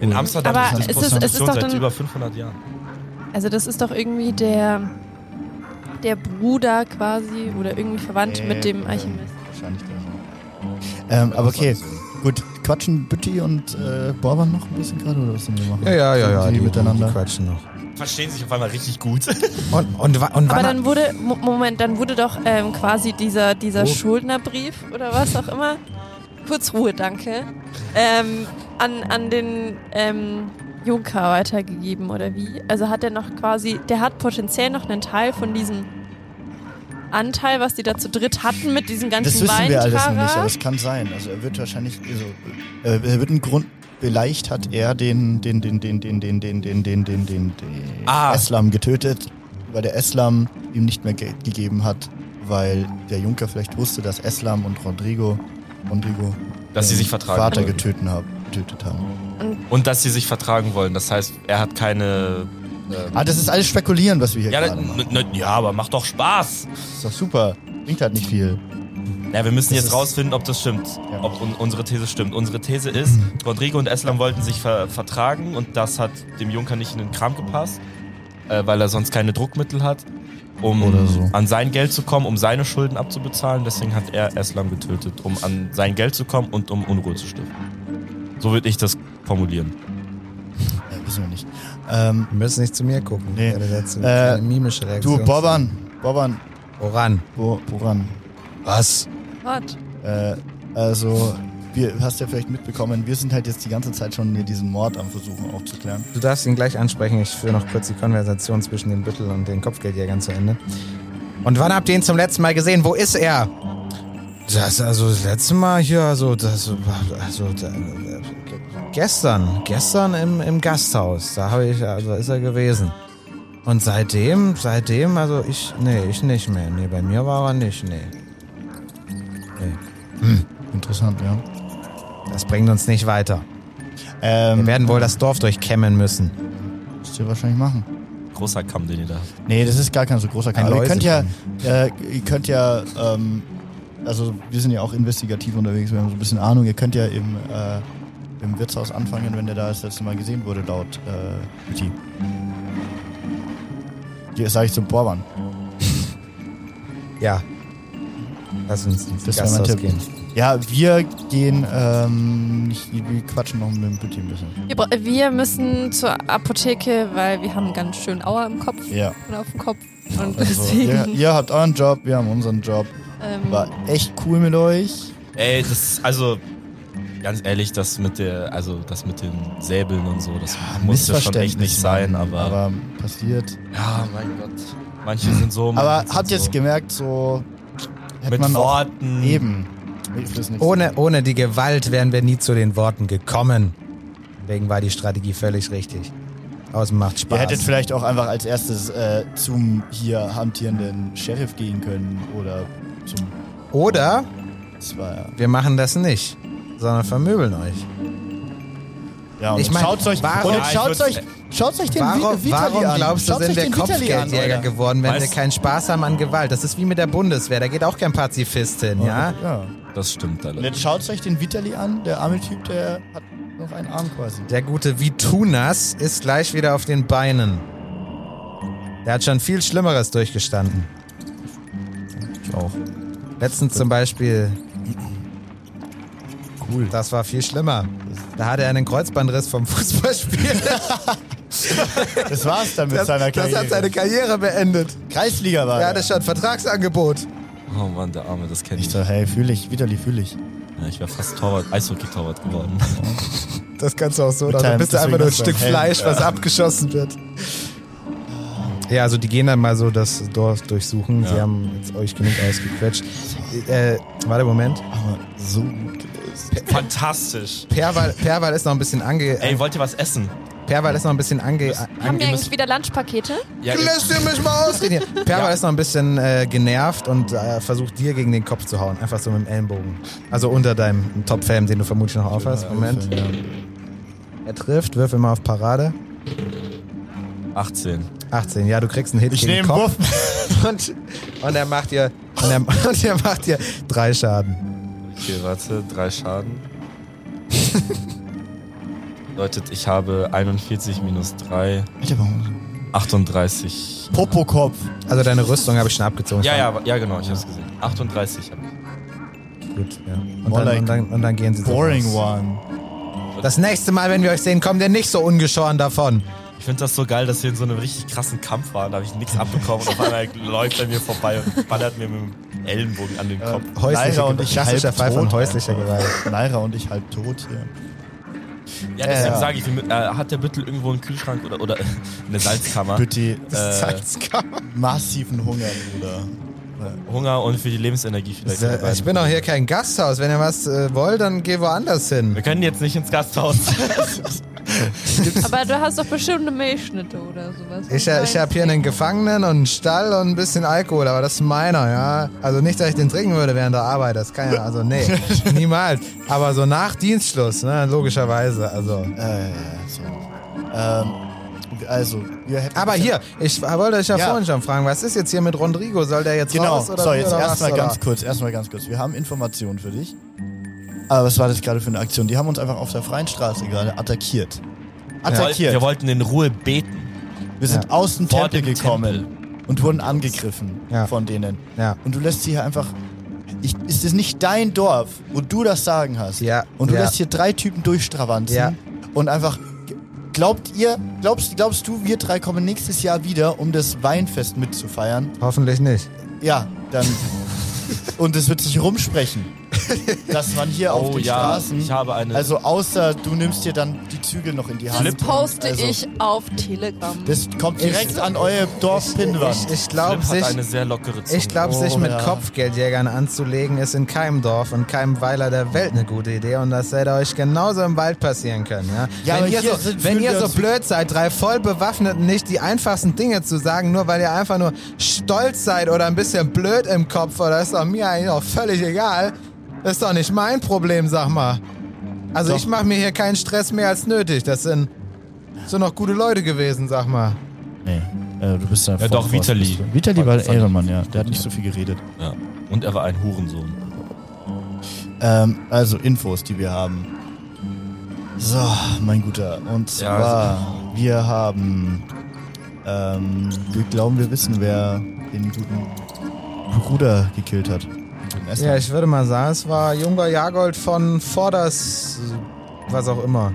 Speaker 3: In Amsterdam ist das
Speaker 7: Aber es ist- es ist
Speaker 3: Prostitution
Speaker 7: doch
Speaker 3: seit
Speaker 7: dann-
Speaker 3: über 500 Jahren.
Speaker 7: also das ist doch irgendwie der, der Bruder quasi oder irgendwie verwandt
Speaker 5: Äh,
Speaker 7: mit dem
Speaker 5: ähm,
Speaker 7: Alchemist.
Speaker 5: Wahrscheinlich der. Ähm, aber okay, Gut, quatschen Bütti und äh, Borban noch ein bisschen gerade oder was sollen wir machen?
Speaker 2: Ja, ja, ja, ja.
Speaker 5: Die, miteinander.
Speaker 2: Die quatschen noch.
Speaker 3: Verstehen sich auf einmal richtig gut. <laughs>
Speaker 2: Und, und, wa- und
Speaker 7: Aber
Speaker 2: wann,
Speaker 7: dann wurde, Mo- Moment, dann wurde doch ähm, quasi dieser, dieser
Speaker 2: Oh.
Speaker 7: Schuldnerbrief oder was auch immer, kurz Ruhe, danke, ähm, an, an den ähm, Junker weitergegeben oder wie? Also hat er noch quasi, der hat potenziell noch einen Teil von diesem Anteil, was die da zu dritt hatten mit diesem ganzen
Speaker 5: Das wissen wir alles noch
Speaker 7: Weintara?
Speaker 5: nicht, aber es kann sein. Also er wird wahrscheinlich, also, äh, er wird einen Grund, vielleicht hat er den, den, den, den, den, den, den, den, den, den, den, den
Speaker 3: Ah.
Speaker 5: Eslam getötet, weil der Eslam ihm nicht mehr Geld gegeben hat, weil der Junker vielleicht wusste, dass Eslam und Rodrigo, Rodrigo
Speaker 3: Dass sie
Speaker 5: den
Speaker 3: sich vertragen.
Speaker 5: Vater getötet haben. Getötet haben.
Speaker 3: Und dass sie sich vertragen wollen. Das heißt, er hat keine.
Speaker 5: Ah, das ist alles Spekulieren, was wir hier
Speaker 3: Ja,
Speaker 5: gerade
Speaker 3: n-
Speaker 5: machen.
Speaker 3: n- ja, aber macht doch Spaß.
Speaker 5: Das ist doch super. Bringt halt nicht viel.
Speaker 3: Ja, wir müssen
Speaker 5: Das
Speaker 3: jetzt
Speaker 5: ist-
Speaker 3: rausfinden, ob das stimmt.
Speaker 5: Ja. Mhm.
Speaker 3: Ob un unsere These stimmt. Unsere These ist, Rodrigo und Eslam wollten sich ver vertragen und das hat dem Junker nicht in den Kram gepasst, äh, weil er sonst keine Druckmittel hat, um
Speaker 5: Oder so.
Speaker 3: an sein Geld zu kommen, um seine Schulden abzubezahlen. Deswegen hat er Eslam getötet, um an sein Geld zu kommen und um Unruhe zu stiften. So würde ich das formulieren.
Speaker 5: Ja, Äh, wissen wir nicht. Ähm,
Speaker 2: Wir müssen nicht zu mir gucken.
Speaker 5: Nee.
Speaker 2: Ja, das ist
Speaker 5: Äh,
Speaker 2: eine mimische Reaktion.
Speaker 5: du, Boban, Boban,
Speaker 2: Oran.
Speaker 5: wo, woran?
Speaker 2: Was?
Speaker 7: Gott.
Speaker 5: Äh, also, wir, hast ja vielleicht mitbekommen, wir sind halt jetzt die ganze Zeit schon hier diesen Mord am Versuchen aufzuklären.
Speaker 2: Du darfst ihn gleich ansprechen. Ich führe noch kurz die Konversation zwischen dem Büttel und den Kopfgeldjägern zu Ende. Und wann habt ihr ihn zum letzten Mal gesehen? Wo ist er? Das, also das letzte Mal hier, also das, also da, äh, gestern, gestern im, im Gasthaus, da habe ich, also da ist er gewesen. Und seitdem, seitdem, also ich, nee, ich nicht mehr, nee, bei mir war er nicht, nee.
Speaker 5: Interessant, ja.
Speaker 2: Das bringt uns nicht weiter. Wir
Speaker 5: Ähm,
Speaker 2: werden wohl das Dorf durchkämmen müssen.
Speaker 5: müsst ihr wahrscheinlich machen.
Speaker 3: Großer Kamm, den ihr da habt.
Speaker 5: Nee, das ist gar kein so großer Kanal.
Speaker 2: Ein
Speaker 5: Aber ihr könnt ja,
Speaker 2: Läusekamm.
Speaker 5: äh, ihr könnt ja, ähm, also wir sind ja auch investigativ unterwegs, wir haben so ein bisschen Ahnung. Ihr könnt ja im, äh, im Wirtshaus anfangen, wenn der da das letzte Mal gesehen wurde, laut äh, Uti. Das sage ich zum Borban.
Speaker 2: Ja. Lass uns ins
Speaker 5: Das wäre mein
Speaker 2: Gasthaus
Speaker 5: Tipp.
Speaker 2: gehen.
Speaker 5: Ja, wir gehen, ähm, ich, wir quatschen noch mit dem Butti ein bisschen.
Speaker 7: Wir, bra- wir müssen zur Apotheke, weil wir haben ganz schön Auer im Kopf
Speaker 5: Ja.
Speaker 7: und auf dem Kopf. Und
Speaker 5: Also,
Speaker 7: deswegen.
Speaker 5: ihr, ihr habt euren Job, wir haben unseren Job.
Speaker 7: ähm,
Speaker 5: War echt cool mit euch.
Speaker 3: Ey, das, also, ganz ehrlich, das mit der, also, das mit den Säbeln und so, das muss ja schon echt nicht sein, aber,
Speaker 5: aber passiert.
Speaker 3: Ja, mein Gott. Manche sind so. manche
Speaker 5: Aber
Speaker 3: sind
Speaker 5: habt ihr
Speaker 3: so.
Speaker 5: jetzt gemerkt, so hätte
Speaker 3: Mit
Speaker 5: man
Speaker 3: Worten.
Speaker 5: auch eben. Ich weiß nicht.
Speaker 2: Ohne, ohne die Gewalt wären wir nie zu den Worten gekommen. Deswegen war die Strategie völlig richtig. Außen macht
Speaker 5: Ihr
Speaker 2: Spaß.
Speaker 5: hättet vielleicht auch einfach als erstes äh, zum hier hantierenden Sheriff gehen können oder zum.
Speaker 2: Oder
Speaker 5: Das war ja.
Speaker 2: wir machen das nicht, sondern vermöbeln euch.
Speaker 5: ja und
Speaker 2: Ich mein,
Speaker 5: schaut's euch,
Speaker 2: warum-
Speaker 5: und
Speaker 3: Ja,
Speaker 5: jetzt
Speaker 3: ich
Speaker 5: schaut's
Speaker 3: würd's-
Speaker 5: euch, schaut's euch den Vi-
Speaker 2: Warum,
Speaker 5: Vitali
Speaker 2: warum
Speaker 5: an.
Speaker 2: glaubst du,
Speaker 5: Schaut's euch
Speaker 2: sind wir
Speaker 5: den Vitali an,
Speaker 2: Kopfgeldjäger
Speaker 5: Alter.
Speaker 2: geworden, wenn wir
Speaker 3: Weißt-
Speaker 2: keinen Spaß haben an Gewalt? Das ist wie mit der Bundeswehr, da geht auch kein Pazifist hin, ja?
Speaker 5: ja.
Speaker 3: Das stimmt
Speaker 5: Und
Speaker 3: alle.
Speaker 5: jetzt Ne, schaut's euch den Vitali an, der arme Typ, der hat noch einen Arm quasi.
Speaker 2: Der gute Vitunas ist gleich wieder auf den Beinen. Der hat schon viel Schlimmeres durchgestanden.
Speaker 5: Ich auch.
Speaker 2: Letztens zum Beispiel,
Speaker 5: Cool.
Speaker 2: das war viel schlimmer. Da hatte er einen Kreuzbandriss vom
Speaker 5: <laughs>
Speaker 2: Fußballspiel.
Speaker 5: Das war's dann mit
Speaker 2: Das,
Speaker 5: seiner
Speaker 2: das
Speaker 5: Karriere.
Speaker 2: hat seine Karriere beendet.
Speaker 5: Kreisliga war.
Speaker 2: Er
Speaker 5: Ja,
Speaker 2: hatte
Speaker 5: das
Speaker 2: schon ein Vertragsangebot.
Speaker 3: Oh Mann, der Arme, das kenne
Speaker 5: ich
Speaker 3: ich.
Speaker 5: so, hey, fühl ich, Vitali, fühl ich.
Speaker 3: Ja, ich wäre fast Torwart, Eishockey-Torwart geworden.
Speaker 2: Das kannst du auch so.
Speaker 5: Mit
Speaker 2: Dann
Speaker 5: deinem-
Speaker 2: bist du einfach
Speaker 5: deswegen
Speaker 2: nur ein
Speaker 5: hast du
Speaker 2: Stück
Speaker 5: einen Helm,
Speaker 2: Fleisch,
Speaker 5: ja.
Speaker 2: was abgeschossen wird. Ja, also die gehen dann mal so das Dorf durchsuchen. Sie haben jetzt euch genug ausgequetscht. Äh, warte, Moment.
Speaker 5: Aber so gut gelöst.
Speaker 3: <laughs> Fantastisch.
Speaker 2: Perwal, Perwal ist noch ein bisschen ange... äh,
Speaker 3: Ey, wollt ihr was essen?
Speaker 2: Perwal ist noch ein bisschen ange...
Speaker 7: haben
Speaker 2: ange-
Speaker 7: wir eigentlich wieder Lunchpakete?
Speaker 3: Ja,
Speaker 2: Lässt ihr mich mal <laughs> ausreden hier. Perwa ist noch ein bisschen äh, genervt und äh, versucht dir gegen den Kopf zu hauen. Einfach so mit dem Ellenbogen. Also unter deinem Topfhelm, den du vermutlich noch aufhast. Moment.
Speaker 5: Ja.
Speaker 2: Er trifft, wirf immer auf Parade.
Speaker 3: 18.
Speaker 2: 18. Ja, du kriegst einen Hit
Speaker 5: Ich
Speaker 2: gegen den
Speaker 5: nehme
Speaker 2: Kopf. <laughs>
Speaker 5: Wurf.
Speaker 2: Und, und er macht dir und er, <laughs> und er macht dir drei Schaden.
Speaker 3: Okay, warte, drei Schaden. <laughs> Bedeutet, ich habe 41 minus 3, 38.
Speaker 5: Popokopf.
Speaker 2: Also deine Rüstung habe ich schon abgezogen.
Speaker 3: Ja, ja, ja, genau, ich hab's gesehen. 38 habe ich.
Speaker 2: Gut, ja. Und
Speaker 5: More
Speaker 2: dann,
Speaker 5: like
Speaker 2: und dann, und dann gehen sie so
Speaker 5: Boring
Speaker 2: raus.
Speaker 5: one.
Speaker 2: Das nächste Mal, wenn wir euch sehen, kommt ihr nicht so ungeschoren davon.
Speaker 3: Ich finde das so geil, dass wir in so einem richtig krassen Kampf waren. Da habe ich nichts abbekommen und auf einmal läuft er mir vorbei und ballert mir mit dem Ellenbogen an den Kopf.
Speaker 2: Äh, Häusliche
Speaker 5: Naira und
Speaker 2: Gewalt.
Speaker 5: ich
Speaker 2: Klassischer
Speaker 5: halb
Speaker 2: Fall von
Speaker 5: tot
Speaker 2: häuslicher Gewalt.
Speaker 5: Naira und ich halb tot hier.
Speaker 3: Ja, deswegen
Speaker 5: ja.
Speaker 3: sage ich, äh, hat der Büttel irgendwo einen Kühlschrank oder, oder <laughs> eine Salzkammer?
Speaker 5: Bütti,
Speaker 3: äh,
Speaker 5: massiven Hunger, Bruder.
Speaker 3: Hunger und für die Lebensenergie vielleicht.
Speaker 2: Äh, Ich bin doch hier kein Gasthaus. Wenn ihr was äh, wollt, dann geh woanders hin.
Speaker 3: Wir können jetzt nicht ins Gasthaus.
Speaker 2: <laughs>
Speaker 7: Aber du hast doch bestimmt eine Milchschnitte oder sowas.
Speaker 2: Ich, äh, ich habe hier einen Gefangenen und einen Stall und ein bisschen Alkohol, aber das ist meiner, ja. Also nicht, dass ich den trinken würde während der Arbeit, das kann ja, also nee,
Speaker 5: <laughs>
Speaker 2: niemals. Aber so nach Dienstschluss, ne, logischerweise, also.
Speaker 5: Äh, ja, so. Ähm, also, wir hätten.
Speaker 2: Aber hier, ich wollte euch ja,
Speaker 5: Ja.
Speaker 2: vorhin schon fragen, was ist jetzt hier mit Rodrigo? Soll der jetzt
Speaker 5: Genau,
Speaker 2: raus oder
Speaker 5: so,
Speaker 2: wie,
Speaker 5: jetzt
Speaker 2: oder was,
Speaker 5: erstmal
Speaker 2: oder?
Speaker 5: ganz kurz, erstmal ganz kurz. Wir haben Informationen für dich. Aber was war das gerade für eine Aktion? Die haben uns einfach auf der freien Straße gerade attackiert. Attackiert.
Speaker 3: Wir wollten in Ruhe beten.
Speaker 5: Wir sind
Speaker 2: Ja.
Speaker 5: aus dem
Speaker 3: Vor
Speaker 5: Tempel
Speaker 3: dem
Speaker 5: gekommen und wurden angegriffen
Speaker 2: Ja.
Speaker 5: von denen.
Speaker 2: Ja.
Speaker 5: Und du lässt sie hier einfach. Ich, ist es nicht dein Dorf, wo du das Sagen hast?
Speaker 2: Ja,
Speaker 5: Und du
Speaker 2: ja.
Speaker 5: lässt hier drei Typen durchstravanzen
Speaker 2: Ja.
Speaker 5: und einfach. Glaubt ihr, glaubst, glaubst du, wir drei kommen nächstes Jahr wieder, um das Weinfest mitzufeiern?
Speaker 2: Hoffentlich nicht.
Speaker 5: Ja, dann. und es wird sich rumsprechen, dass man hier auf
Speaker 3: oh
Speaker 5: den
Speaker 3: ja,
Speaker 5: Straßen.
Speaker 3: ich habe eine.
Speaker 5: also außer du nimmst dir dann die Zügel noch in die Hand.
Speaker 7: Das poste
Speaker 5: Also,
Speaker 7: ich auf Telegram.
Speaker 5: Das kommt direkt an eure Dorfpinwand.
Speaker 2: Ich, ich
Speaker 3: Flip
Speaker 2: glaube,
Speaker 3: hat
Speaker 2: sich,
Speaker 3: eine sehr lockere Zunge.
Speaker 2: Ich glaube, sich
Speaker 5: Oh,
Speaker 2: mit
Speaker 5: ja.
Speaker 2: Kopfgeldjägern anzulegen, ist in keinem Dorf und keinem Weiler der Welt eine gute Idee und das hätte euch genauso im Wald passieren können. Ja?
Speaker 5: Ja, aber
Speaker 2: wenn ihr,
Speaker 5: hier
Speaker 2: so,
Speaker 5: sind-
Speaker 2: wenn
Speaker 5: fühlen
Speaker 2: ihr
Speaker 5: wir
Speaker 2: so
Speaker 5: uns-
Speaker 2: blöd seid, drei voll bewaffneten nicht die einfachsten Dinge zu sagen, nur weil ihr einfach nur stolz seid oder ein bisschen blöd im Kopf, oder ist doch mir eigentlich auch völlig egal. Ist doch nicht mein Problem, sag mal. Also
Speaker 5: Doch.
Speaker 2: ich mache mir hier keinen Stress mehr als nötig. Das sind so noch gute Leute gewesen, sag mal.
Speaker 5: Nee, äh, du bist da
Speaker 3: Ja, doch, Vitali.
Speaker 5: Vitali war der
Speaker 3: Fand ich-
Speaker 5: Ehrenmann, ja. Der hat nicht so viel geredet.
Speaker 3: ja. Und er war ein Hurensohn.
Speaker 5: Ähm, also Infos, die wir haben. So, mein Guter. Und
Speaker 3: Ja,
Speaker 5: zwar, wir haben. Ähm, wir glauben, wir wissen, wer den guten Bruder gekillt hat. Den guten Esser.
Speaker 2: Ja, ich würde mal sagen, es war junger Jagold von Vorders, was auch immer.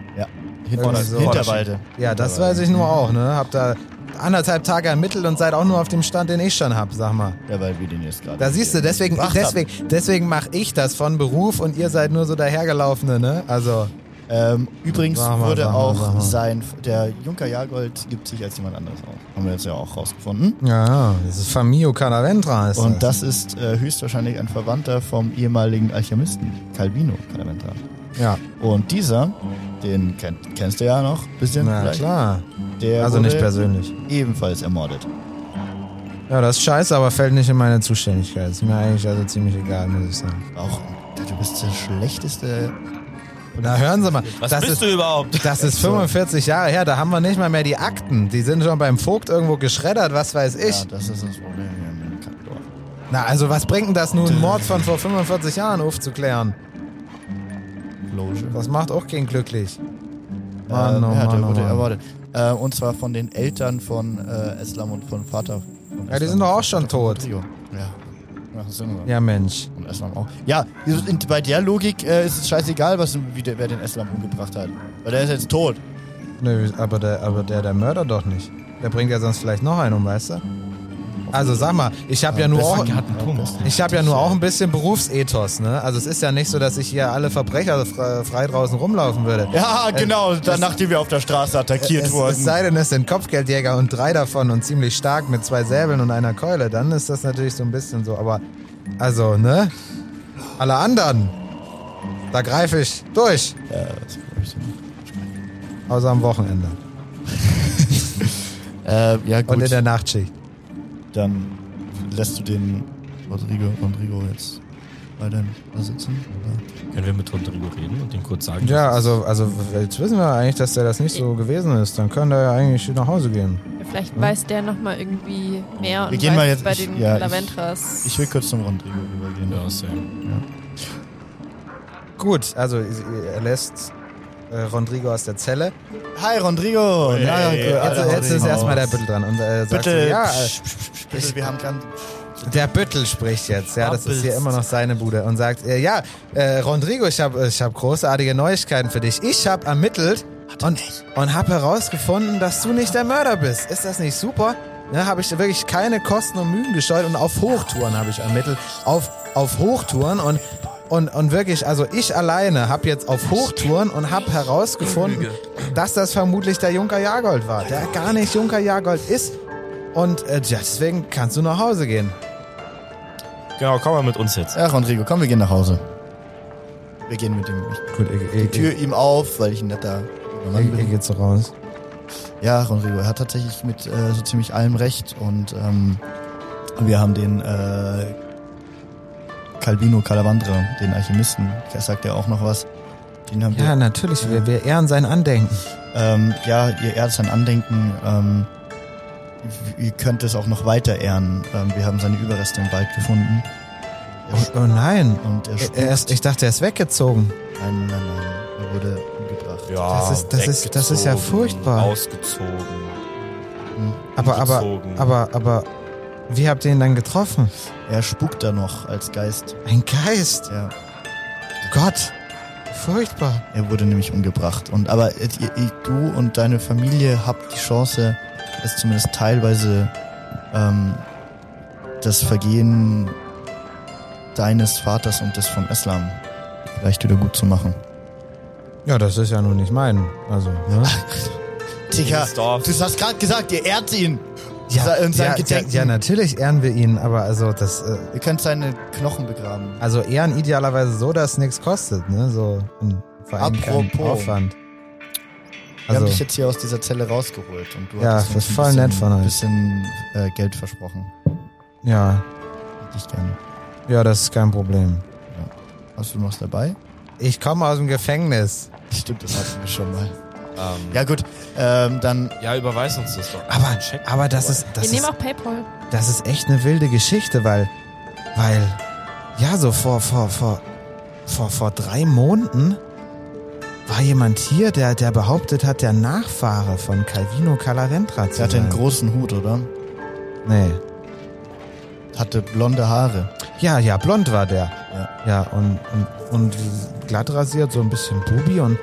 Speaker 5: Hinter,
Speaker 2: irgendwie so.
Speaker 5: Hinterwalde.
Speaker 2: Ja, das weiß ich nur auch, ne? Hab da anderthalb Tage ermittelt und seid auch nur auf dem Stand, den ich schon hab, sag mal.
Speaker 5: Derweil, wie den jetzt gerade.
Speaker 2: Da siehst du, deswegen,
Speaker 5: Ach,
Speaker 2: deswegen, deswegen mache ich das von Beruf und ihr seid nur so dahergelaufene, ne? Also,
Speaker 5: Ähm, übrigens
Speaker 2: Sag mal,
Speaker 5: wurde
Speaker 2: sag mal,
Speaker 5: auch
Speaker 2: sag mal.
Speaker 5: sein. Der Junker Jagold gibt sich als jemand anderes aus. Haben wir jetzt ja auch rausgefunden.
Speaker 2: ja, das ist Famio Canaventra. Ist
Speaker 5: Und das ist äh, höchstwahrscheinlich ein Verwandter vom ehemaligen Alchemisten Calvino Calaventa.
Speaker 2: Ja,
Speaker 5: Und dieser, den kennt, kennst du ja noch ein bisschen
Speaker 2: na
Speaker 5: vielleicht,
Speaker 2: klar.
Speaker 5: der
Speaker 2: Also
Speaker 5: wurde
Speaker 2: nicht persönlich.
Speaker 5: ebenfalls ermordet.
Speaker 2: Ja, das ist scheiße, aber fällt nicht in meine Zuständigkeit. Ist mir eigentlich also ziemlich egal, muss ich sagen.
Speaker 5: Auch, du bist der schlechteste...
Speaker 2: Na, hören Sie mal.
Speaker 3: Was
Speaker 2: das
Speaker 3: bist
Speaker 2: ist,
Speaker 3: du überhaupt?
Speaker 2: Das ist 45 Jahre her, da haben wir nicht mal mehr die Akten. Die sind schon beim Vogt irgendwo geschreddert, was weiß ich.
Speaker 5: Ja, das ist das Problem hier im Kackdorf.
Speaker 2: Na, also was bringt denn das nun, einen Mord von vor 45 Jahren aufzuklären?
Speaker 5: Loge.
Speaker 2: Das macht auch keinen glücklich.
Speaker 5: Ähm,
Speaker 2: Mann, oh
Speaker 5: ja, der
Speaker 2: Mann, oh
Speaker 5: wurde
Speaker 2: Mann.
Speaker 5: ermordet. Äh, und zwar von den Eltern von äh, Eslam und von Vater. Von
Speaker 2: Ja, die
Speaker 5: Eslam
Speaker 2: sind doch
Speaker 5: und
Speaker 2: auch schon
Speaker 5: Vater von
Speaker 2: tot.
Speaker 5: Trio. Ja. Ja, das sind wir.
Speaker 2: Ja, Mensch.
Speaker 5: Und Eslam auch. Ja, wieso- in, bei der Logik äh, ist es scheißegal, was, wie der, wer den Eslam umgebracht hat. Weil der ist jetzt tot.
Speaker 2: Nö, aber der, aber der, der Mörder doch nicht. Der bringt ja sonst vielleicht noch einen um, weißt du? Also sag mal, ich habe ja nur auch...
Speaker 3: hat einen Punkt.
Speaker 2: Ich habe ja nur auch ein bisschen Berufsethos, ne? Also es ist ja nicht so, dass ich hier alle Verbrecher frei, frei draußen rumlaufen würde.
Speaker 5: Ja, genau, dann, nachdem wir auf der Straße attackiert
Speaker 2: Es,
Speaker 5: wurden.
Speaker 2: es sei denn, es sind Kopfgeldjäger und drei davon und ziemlich stark mit zwei Säbeln und einer Keule, dann ist das natürlich so ein bisschen so, aber also, ne? Alle anderen, da greife ich durch,
Speaker 5: ja, das glaub ich so nicht.
Speaker 2: außer am Wochenende
Speaker 5: äh, ja, gut,
Speaker 2: und in der Nachtschicht.
Speaker 5: dann lässt du den Rodrigo, Rodrigo jetzt weiterhin da sitzen. Oder?
Speaker 3: Können wir mit Rodrigo reden und ihm kurz sagen?
Speaker 2: Ja, also, also jetzt wissen wir eigentlich, dass der das nicht so gewesen ist, dann können wir ja eigentlich nach Hause gehen.
Speaker 7: Vielleicht weiß der nochmal irgendwie mehr und
Speaker 5: Wir gehen
Speaker 7: weiß
Speaker 5: mal jetzt-
Speaker 7: bei
Speaker 5: ich-
Speaker 7: den
Speaker 5: ja, ich-
Speaker 7: Laventras.
Speaker 5: Ich will kurz zum Rodrigo übergehen.
Speaker 3: Ja, same.
Speaker 2: Gut, also er lässt äh, Rodrigo aus der Zelle.
Speaker 5: Hi Rodrigo!
Speaker 2: Jetzt, jetzt ist erstmal der Büttel dran und äh, sagt so,
Speaker 5: Bitte,
Speaker 2: ja, äh,
Speaker 5: psch, psch, psch, bitte, wir haben ganz
Speaker 2: Der Büttel spricht jetzt, ja, das ist hier immer noch seine Bude und sagt, äh, ja, äh, Rodrigo, ich habe ich hab großartige Neuigkeiten für dich. Ich habe ermittelt und, und habe herausgefunden, dass du nicht der Mörder bist. Ist das nicht super? Ne, habe ich wirklich keine Kosten und Mühen gescheut und auf Hochtouren habe ich ermittelt. Auf, auf Hochtouren und, und, und wirklich, also ich alleine habe jetzt auf Hochtouren und habe herausgefunden, dass das vermutlich der Junker Jagold war, der gar nicht Junker Jagold ist. Und äh, ja, deswegen kannst du nach Hause gehen.
Speaker 3: Genau, komm mal mit uns jetzt.
Speaker 5: Ja, Rodrigo, komm, wir gehen nach Hause. Wir gehen mit ihm. Ich
Speaker 2: Gut, ihr, ihr,
Speaker 5: tür ihm auf, weil ich ein netter junger Mann
Speaker 2: ihr, ihr
Speaker 5: bin.
Speaker 2: geht so raus.
Speaker 5: Ja, Rodrigo, er hat tatsächlich mit äh, so ziemlich allem recht und ähm, wir haben den äh, Calvino Calavandra, den Alchemisten, der sagt ja auch noch was. Den haben
Speaker 2: Ja,
Speaker 5: wir,
Speaker 2: natürlich, wir, wir ehren sein Andenken.
Speaker 5: ähm, ja, ihr ehrt sein Andenken, ähm, w- ihr könnt es auch noch weiter ehren. Ähm, wir haben seine Überreste im Wald gefunden. Er
Speaker 2: Oh, oh nein,
Speaker 5: sch- und er,
Speaker 2: Er-
Speaker 5: spukt.
Speaker 2: er ist, ich dachte, er ist weggezogen.
Speaker 5: Nein, nein, nein, er wurde umgebracht.
Speaker 3: Ja,
Speaker 2: Das ist- das ist- das ist ja
Speaker 3: weggezogen,
Speaker 2: furchtbar.
Speaker 3: Ausgezogen.
Speaker 2: Aber, aber,
Speaker 3: Gezogen.
Speaker 2: aber, aber, wie habt ihr ihn dann getroffen?
Speaker 5: Er spukt da noch als Geist.
Speaker 2: Ein Geist.
Speaker 5: Ja.
Speaker 2: Gott, furchtbar.
Speaker 5: Er wurde nämlich umgebracht. Und aber äh, ihr- ihr- du und deine Familie habt die Chance, es zumindest teilweise ähm, das Vergehen deines Vaters und des vom Islam vielleicht wieder gut zu machen.
Speaker 2: Ja, das ist ja nun nicht mein. Also, ne?
Speaker 5: <laughs> Digga,
Speaker 3: Dieses Dorf.
Speaker 5: du hast gerade gesagt, ihr ehrt ihn. und sein
Speaker 2: ja, ja,
Speaker 5: Gedenken.
Speaker 2: ja, natürlich ehren wir ihn, aber also das, äh,
Speaker 5: Ihr könnt seine Knochen begraben.
Speaker 2: also ehren idealerweise so, dass es nichts kostet, ne? So, und vor allem keinen
Speaker 5: Apropos.
Speaker 2: Aufwand.
Speaker 5: Wir haben dich
Speaker 2: Also,
Speaker 5: jetzt hier aus dieser Zelle rausgeholt und du
Speaker 2: Ja,
Speaker 5: hast
Speaker 2: das ist voll nett von euch.
Speaker 5: ein bisschen äh, Geld versprochen.
Speaker 2: ja,
Speaker 5: Hätte ich gerne.
Speaker 2: ja, das ist kein Problem.
Speaker 5: Hast du noch
Speaker 2: <laughs>
Speaker 5: was dabei?
Speaker 2: Ich komme aus dem Gefängnis.
Speaker 5: Stimmt, das hatten wir schon mal.
Speaker 3: Ähm,
Speaker 5: Ja gut, ähm, dann
Speaker 3: ja, überweis uns das doch.
Speaker 2: Aber, aber das ist,
Speaker 7: Wir
Speaker 2: das ist,
Speaker 7: nehmen auch Paypal.
Speaker 2: das ist echt eine wilde Geschichte, weil, weil, ja, so vor, vor, vor, vor, vor drei Monaten war jemand hier, der, der behauptet hat, der Nachfahre von Calvino Calaventra zu
Speaker 5: sie hatte
Speaker 2: sein.
Speaker 5: einen großen Hut, oder?
Speaker 2: nee.
Speaker 5: Hatte blonde Haare.
Speaker 2: Ja, ja, blond war der.
Speaker 5: Ja.
Speaker 2: Ja, und, und, und glatt rasiert, so ein bisschen Bubi und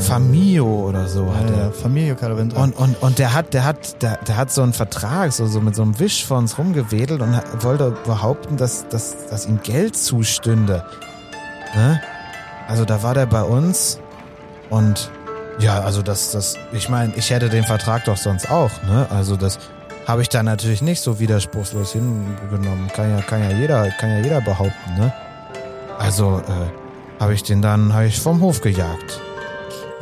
Speaker 2: Famio oder so hat
Speaker 5: Äh,
Speaker 2: er.
Speaker 5: ja, Familie Calavendra.
Speaker 2: Und, und, und der hat, der hat, der, der hat so einen Vertrag, so, so mit so einem Wisch vor uns rumgewedelt und hat- wollte behaupten, dass, dass, dass ihm Geld zustünde. Ne? Also da war der bei uns und ja, also das, das, ich meine, ich hätte den Vertrag doch sonst auch, ne? Also das habe ich da natürlich nicht so widerspruchslos hingenommen. Kann ja, kann ja jeder, kann ja jeder behaupten, ne? Also, äh, habe ich den dann, habe ich vom Hof gejagt.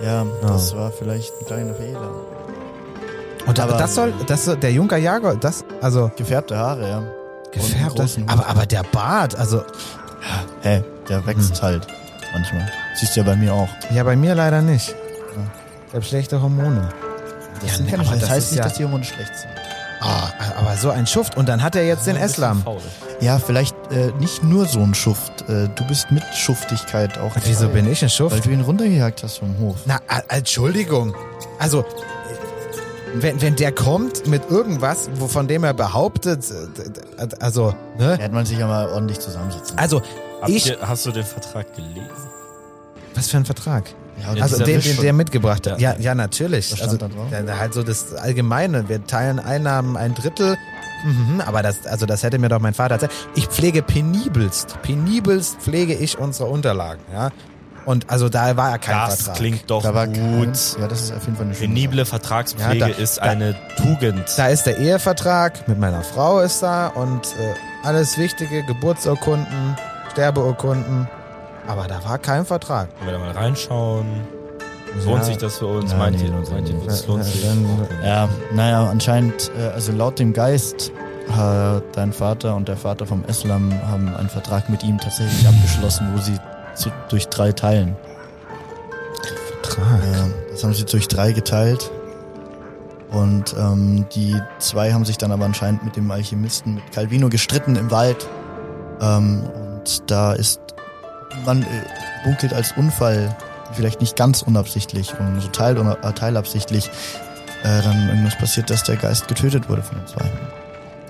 Speaker 5: ja, das war vielleicht ein kleiner Fehler.
Speaker 2: Und aber
Speaker 5: Aber-
Speaker 2: das soll, das soll, der Junker Jager, das, also
Speaker 5: Gefärbte Haare, ja.
Speaker 2: gefärbt,
Speaker 5: großen Hut.
Speaker 2: aber, aber der Bart, also,
Speaker 5: Hä, der wächst
Speaker 2: Hm.
Speaker 5: halt manchmal. Siehst du ja bei mir auch.
Speaker 2: ja, bei mir leider nicht. Ich habe schlechte Hormone. Ja, nee,
Speaker 5: keine
Speaker 2: aber
Speaker 5: Schlecht-
Speaker 2: das
Speaker 5: das heißt
Speaker 2: ist
Speaker 5: nicht,
Speaker 2: ja-
Speaker 5: dass die Hormone schlecht sind.
Speaker 2: Ah, aber so ein Schuft. Und dann hat er jetzt den Eslam.
Speaker 5: Ja, vielleicht äh, nicht nur so ein Schuft. Äh, du bist mit Schuftigkeit auch.
Speaker 2: Und wieso
Speaker 5: dabei.
Speaker 2: bin ich ein
Speaker 5: Weil
Speaker 2: Schuft?
Speaker 5: du ihn runtergejagt hast vom Hof.
Speaker 2: Na, a- Entschuldigung. Also, wenn, wenn der kommt mit irgendwas, wovon dem er behauptet, äh, d- d- also, ne?
Speaker 5: Da hätte man sich ja mal ordentlich zusammensitzen.
Speaker 2: Also,
Speaker 3: Habt
Speaker 2: ich,
Speaker 3: ihr, hast du den Vertrag gelesen?
Speaker 2: was für ein Vertrag?
Speaker 5: ja, und
Speaker 2: Also
Speaker 5: dieser
Speaker 2: den,
Speaker 5: Wisch
Speaker 2: den
Speaker 5: schon.
Speaker 2: der mitgebracht hat. Ja,
Speaker 3: Ja.
Speaker 2: ja, natürlich.
Speaker 5: Was
Speaker 2: also
Speaker 5: stand da drauf?
Speaker 2: dann halt so das Allgemeine. Wir teilen Einnahmen ein Drittel. Mhm, aber das, also das hätte mir doch mein Vater erzählt. Ich pflege penibelst, penibelst pflege ich unsere Unterlagen, ja. Und also da war ja kein
Speaker 3: Das
Speaker 2: Vertrag.
Speaker 3: klingt doch
Speaker 5: da war
Speaker 3: gut.
Speaker 5: kein, Ja, das ist auf jeden Fall eine schöne
Speaker 3: Penible
Speaker 2: Ja,
Speaker 3: Vertragspflege
Speaker 2: da-
Speaker 3: ist
Speaker 2: da-
Speaker 3: eine Tugend.
Speaker 2: Da ist der Ehevertrag mit meiner Frau ist da und äh, alles Wichtige, Geburtsurkunden, Sterbeurkunden. Aber da war kein Vertrag.
Speaker 3: Wenn wir da mal reinschauen, lohnt
Speaker 2: Ja.
Speaker 3: sich das für uns?
Speaker 5: Nein,
Speaker 3: meint
Speaker 5: nee,
Speaker 3: ihr,
Speaker 5: lohnt sich
Speaker 3: meint ihr,
Speaker 5: nicht.
Speaker 3: das lohnt
Speaker 2: Ja,
Speaker 3: sich?
Speaker 2: dann-
Speaker 5: Sache. Ja, naja, anscheinend, äh, also laut dem Geist, äh, dein Vater und der Vater vom Islam haben einen Vertrag mit ihm tatsächlich abgeschlossen, wo sie zu, durch drei teilen.
Speaker 2: Vertrag.
Speaker 5: Ja, das haben sie durch drei geteilt. Und ähm, die zwei haben sich dann aber anscheinend mit dem Alchemisten, mit Calvino, gestritten im Wald. Ähm, und da ist, man äh, bunkelt als Unfall, vielleicht nicht ganz unabsichtlich und so teil, äh, teilabsichtlich, äh, dann irgendwas passiert, dass der Geist getötet wurde von den zwei.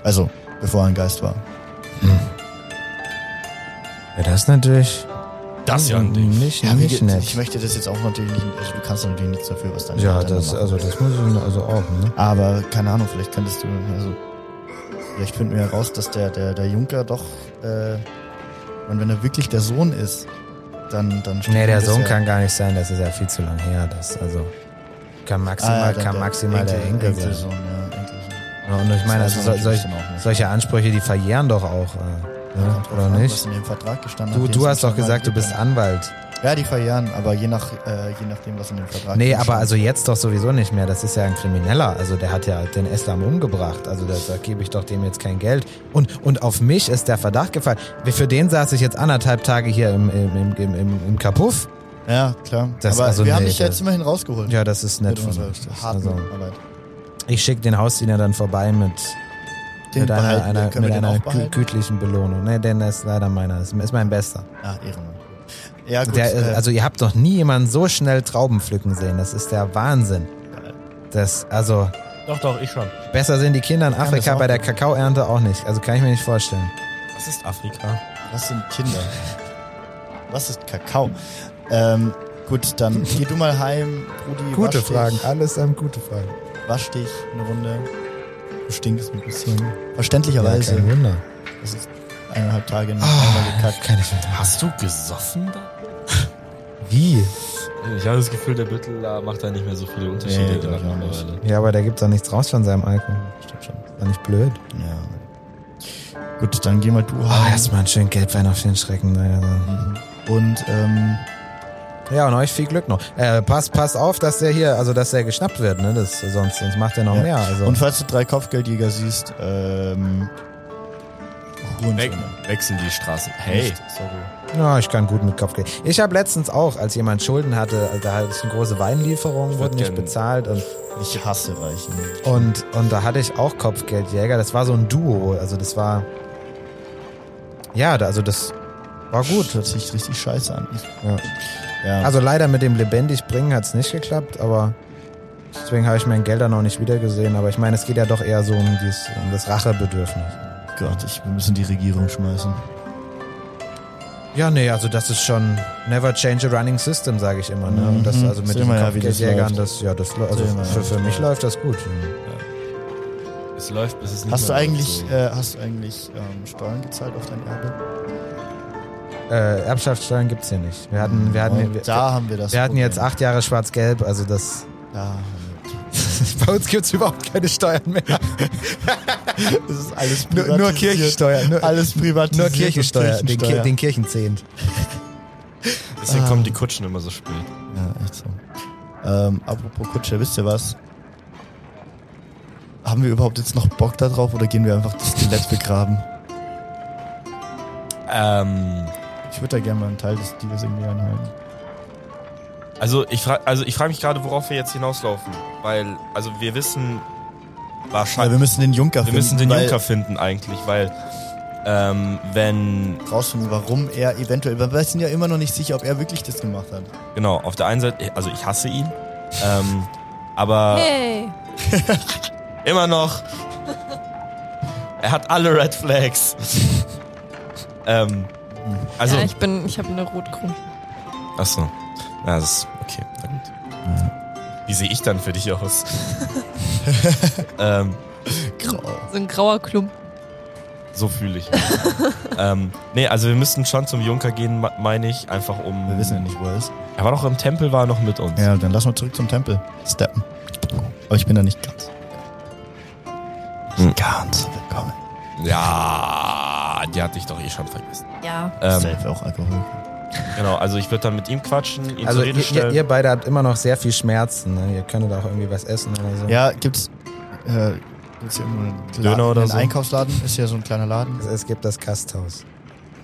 Speaker 5: Also, bevor er ein Geist war.
Speaker 2: Ja, das ist natürlich
Speaker 3: Das ja nicht.
Speaker 2: nicht,
Speaker 5: Ja, wie
Speaker 2: nicht
Speaker 5: geht's? ich
Speaker 2: nett.
Speaker 5: möchte das jetzt auch natürlich nicht, also du kannst natürlich nichts dafür, was deine
Speaker 2: Ja,
Speaker 5: Eltern
Speaker 2: das,
Speaker 5: machen.
Speaker 2: also das muss ich also auch, ne?
Speaker 5: Aber keine Ahnung, vielleicht könntest du, also vielleicht finden wir heraus, dass der, der, der Junker doch, äh, und wenn er wirklich der Sohn ist, dann, dann
Speaker 2: Nee, der
Speaker 5: das
Speaker 2: Sohn
Speaker 5: ja-
Speaker 2: kann gar nicht sein, das ist ja viel zu lang her. Das, also kann maximal,
Speaker 5: dann
Speaker 2: kann maximal Ah, der Enkel, sein.
Speaker 5: Enkelsohn, ja, Enkelsohn.
Speaker 2: Und ich meine, also,
Speaker 5: Das
Speaker 2: so,
Speaker 5: weiß man natürlich
Speaker 2: solch,
Speaker 5: dann auch nicht.
Speaker 2: solche Ansprüche, die verjähren doch auch, äh, ne?
Speaker 5: Kommt drauf
Speaker 2: oder
Speaker 5: an, Was
Speaker 2: nicht?
Speaker 5: in dem Vertrag gestanden
Speaker 2: Du,
Speaker 5: hat,
Speaker 2: du
Speaker 5: den
Speaker 2: hast
Speaker 5: es
Speaker 2: doch
Speaker 5: nicht
Speaker 2: gesagt, du
Speaker 5: gibt,
Speaker 2: bist Anwalt.
Speaker 5: dann- Ja, die verjahren, aber je, nach, äh, je nachdem, was in dem Vertrag
Speaker 2: Nee,
Speaker 5: drin
Speaker 2: aber
Speaker 5: steht.
Speaker 2: also jetzt doch sowieso nicht mehr. Das ist ja ein Krimineller. Also der hat ja den Islam umgebracht. Also das, da gebe ich doch dem jetzt kein Geld. Und, und auf mich ist der Verdacht gefallen. Wie- Für den saß ich jetzt anderthalb Tage hier im, im, im, im, im, im Kapuff.
Speaker 5: Ja, klar.
Speaker 2: Das
Speaker 5: aber
Speaker 2: also
Speaker 5: wir haben
Speaker 2: nee,
Speaker 5: dich ja
Speaker 2: das-
Speaker 5: jetzt immerhin rausgeholt.
Speaker 2: Ja, das ist nett
Speaker 5: mit
Speaker 2: von
Speaker 5: unserer
Speaker 2: euch. Das-
Speaker 5: Genau, harten
Speaker 2: Also,
Speaker 5: Arbeit.
Speaker 2: ich schicke den Hausdiener dann vorbei mit
Speaker 5: Den
Speaker 2: mit einer,
Speaker 5: behalten wir.
Speaker 2: einer,
Speaker 5: Können
Speaker 2: mit
Speaker 5: wir den
Speaker 2: einer
Speaker 5: auch
Speaker 2: gü
Speaker 5: behalten?
Speaker 2: gütlichen Belohnung. Ne, denn das ist leider meiner. Ist, ist mein bester.
Speaker 5: Ah, Ehrenmann. Ja, gut.
Speaker 2: der,
Speaker 5: äh,
Speaker 2: also ihr habt noch nie jemanden so schnell Trauben pflücken sehen. Das ist der Wahnsinn. Das, also
Speaker 3: Doch, doch, ich schon.
Speaker 2: besser sind die Kinder in
Speaker 5: kann
Speaker 2: Afrika
Speaker 5: das auch
Speaker 2: bei der
Speaker 5: nicht.
Speaker 2: Kakaoernte auch nicht. Also kann ich mir nicht vorstellen.
Speaker 3: Das ist Afrika.
Speaker 5: was sind Kinder? was ist Kakao? Ähm, gut, dann geh du mal heim, Rudi.
Speaker 2: Gute
Speaker 5: wasch
Speaker 2: Fragen,
Speaker 5: Dich,
Speaker 2: alles an gute Fragen.
Speaker 5: wasch dich eine Runde. Du stinkst ein bisschen.
Speaker 2: Ja,
Speaker 5: Verständlicherweise.
Speaker 2: kein Wunder.
Speaker 5: das ist eineinhalb Tage in
Speaker 2: Ah.
Speaker 5: einmal gekackt.
Speaker 2: Kann ich nicht.
Speaker 3: Hast du gesoffen da?
Speaker 2: Wie?
Speaker 3: Ich habe das Gefühl, der Büttel macht da nicht mehr so viele Unterschiede
Speaker 5: Nee, glaub ich auch nicht.
Speaker 3: mittlerweile.
Speaker 2: Ja, aber da gibt doch nichts raus von seinem Alkohol.
Speaker 5: Stimmt schon.
Speaker 2: War nicht blöd.
Speaker 5: Ja. Gut, dann geh mal du
Speaker 2: Oh,
Speaker 5: heim.
Speaker 2: erstmal einen schönen Gelbwein auf den Schrecken. Naja, dann.
Speaker 5: Und ähm,
Speaker 2: Ja, und euch viel Glück noch. Äh, passt, passt auf, dass der hier, also dass der geschnappt wird, ne? Das, sonst, sonst macht er noch
Speaker 5: Ja.
Speaker 2: mehr. Also.
Speaker 5: Und falls du drei Kopfgeldjäger siehst, ähm.
Speaker 3: We
Speaker 5: Hurensöhne.
Speaker 3: wechseln die Straßen. Hey.
Speaker 5: Nicht, Sorry.
Speaker 2: ja, ich kann gut mit Kopfgeld. Ich habe letztens auch, als jemand Schulden hatte, also da hatte ich eine große Weinlieferung,
Speaker 3: würd
Speaker 2: wurde nicht
Speaker 3: gern-
Speaker 2: bezahlt und,
Speaker 5: Ich hasse Reichen.
Speaker 2: und, und da hatte ich auch Kopfgeldjäger. Das war so ein Duo. Also das war. Ja, da- also das war
Speaker 5: Gut,
Speaker 2: gut.
Speaker 5: hört sich richtig scheiße an.
Speaker 2: Ja.
Speaker 5: Ja.
Speaker 2: Also leider mit dem lebendig bringen hat's nicht geklappt, aber deswegen habe ich mein Geld dann auch nicht wiedergesehen. Aber ich meine, es geht ja doch eher so um, dies, um das Rachebedürfnis.
Speaker 5: Gott, ich, wir müssen die Regierung schmeißen.
Speaker 2: Ja, nee, also das ist schon never change a running system, sage ich immer. Ne? Und das
Speaker 5: Mhm.
Speaker 2: also mit
Speaker 5: Sehen
Speaker 2: diesen
Speaker 5: wir ja, wie das
Speaker 2: Kopfgeldjägern,
Speaker 5: läuft.
Speaker 2: das, ja, das läuft- also
Speaker 5: Sehen wir ja,
Speaker 2: für,
Speaker 5: wie
Speaker 2: für
Speaker 5: das
Speaker 2: mich läuft
Speaker 5: läuft.
Speaker 2: das gut.
Speaker 3: Es läuft, bis es nicht
Speaker 5: Hast du
Speaker 3: mehr läuft,
Speaker 5: eigentlich,
Speaker 3: so.
Speaker 5: äh, hast du eigentlich ähm, Steuern gezahlt auf dein Erbe?
Speaker 2: Äh, Erbschaftssteuern gibt's hier nicht. Wir hatten, Hm, wir hatten,
Speaker 5: Und
Speaker 2: wir,
Speaker 5: da haben wir das.
Speaker 2: wir hatten
Speaker 5: Problem.
Speaker 2: jetzt acht Jahre schwarz-gelb, also
Speaker 5: <laughs>
Speaker 2: das.
Speaker 5: Da haben wir-
Speaker 2: Bei uns gibt's überhaupt keine Steuern mehr.
Speaker 5: Das ist alles
Speaker 2: Nur,
Speaker 5: privatisiert.
Speaker 2: nur Kirchensteuer. Nur,
Speaker 5: Alles
Speaker 2: <laughs>
Speaker 5: privatisiert.
Speaker 2: nur
Speaker 5: und
Speaker 2: Kirchensteuer, den, Ki-
Speaker 5: Kirchensteuer.
Speaker 2: den Kirchenzehnt. ah.
Speaker 3: Deswegen kommen die Kutschen immer so spät.
Speaker 5: Ja, echt so. Ähm, apropos Kutsche, wisst ihr was? Haben wir überhaupt jetzt noch Bock da drauf oder gehen wir einfach das Skelett begraben?
Speaker 3: Ähm.
Speaker 5: Ich würde da gerne mal einen Teil des Deals irgendwie einhalten.
Speaker 3: Also ich frage also ich frage mich gerade, worauf wir jetzt hinauslaufen, weil also wir wissen
Speaker 5: Ja, wir
Speaker 3: wahrscheinlich
Speaker 5: müssen den Junker
Speaker 3: wir
Speaker 5: finden.
Speaker 3: müssen den
Speaker 5: weil-
Speaker 3: Junker finden eigentlich, weil ähm, wenn
Speaker 5: Rausfinden, warum er eventuell. weil Wir sind ja immer noch nicht sicher, ob er wirklich das gemacht hat.
Speaker 3: genau auf der einen Seite also ich hasse ihn, ähm, aber
Speaker 7: Hey!
Speaker 3: immer noch er hat alle Red Flags. <laughs> ähm, also
Speaker 7: ja, ich bin, ich habe eine rotgrün.
Speaker 3: ach so ja das ist okay na gut. Wie sehe ich dann für dich <laughs> aus? ähm,
Speaker 7: So ein grauer Klumpen.
Speaker 3: So fühle ich. mich. ähm, nee, also wir müssten schon zum Junker gehen, ma- meine ich, einfach um.
Speaker 5: Wir wissen ja nicht, wo er ist.
Speaker 3: Er war noch im Tempel, war er noch mit uns.
Speaker 5: Ja, dann lass mal zurück zum Tempel. Steppen. Aber ich bin da nicht ganz.
Speaker 3: Hm.
Speaker 5: Ganz willkommen.
Speaker 3: Ja, die hatte ich doch eh schon vergessen.
Speaker 7: Ja.
Speaker 3: Ähm,
Speaker 5: Safe auch Alkohol.
Speaker 3: genau, also ich würde dann mit ihm quatschen, ihn
Speaker 2: Also
Speaker 3: zur Rede
Speaker 2: ihr, ihr,
Speaker 3: stellen.
Speaker 2: ihr beide habt immer noch sehr viel Schmerzen. Ne? Ihr könntet auch irgendwie was essen oder so.
Speaker 5: Ja, gibt's. Äh, gibt's hier irgendwo einen Laden,
Speaker 3: Döner oder
Speaker 5: einen
Speaker 3: so?
Speaker 5: Einkaufsladen? Ist ja so ein kleiner Laden.
Speaker 2: Es, es gibt das Gasthaus.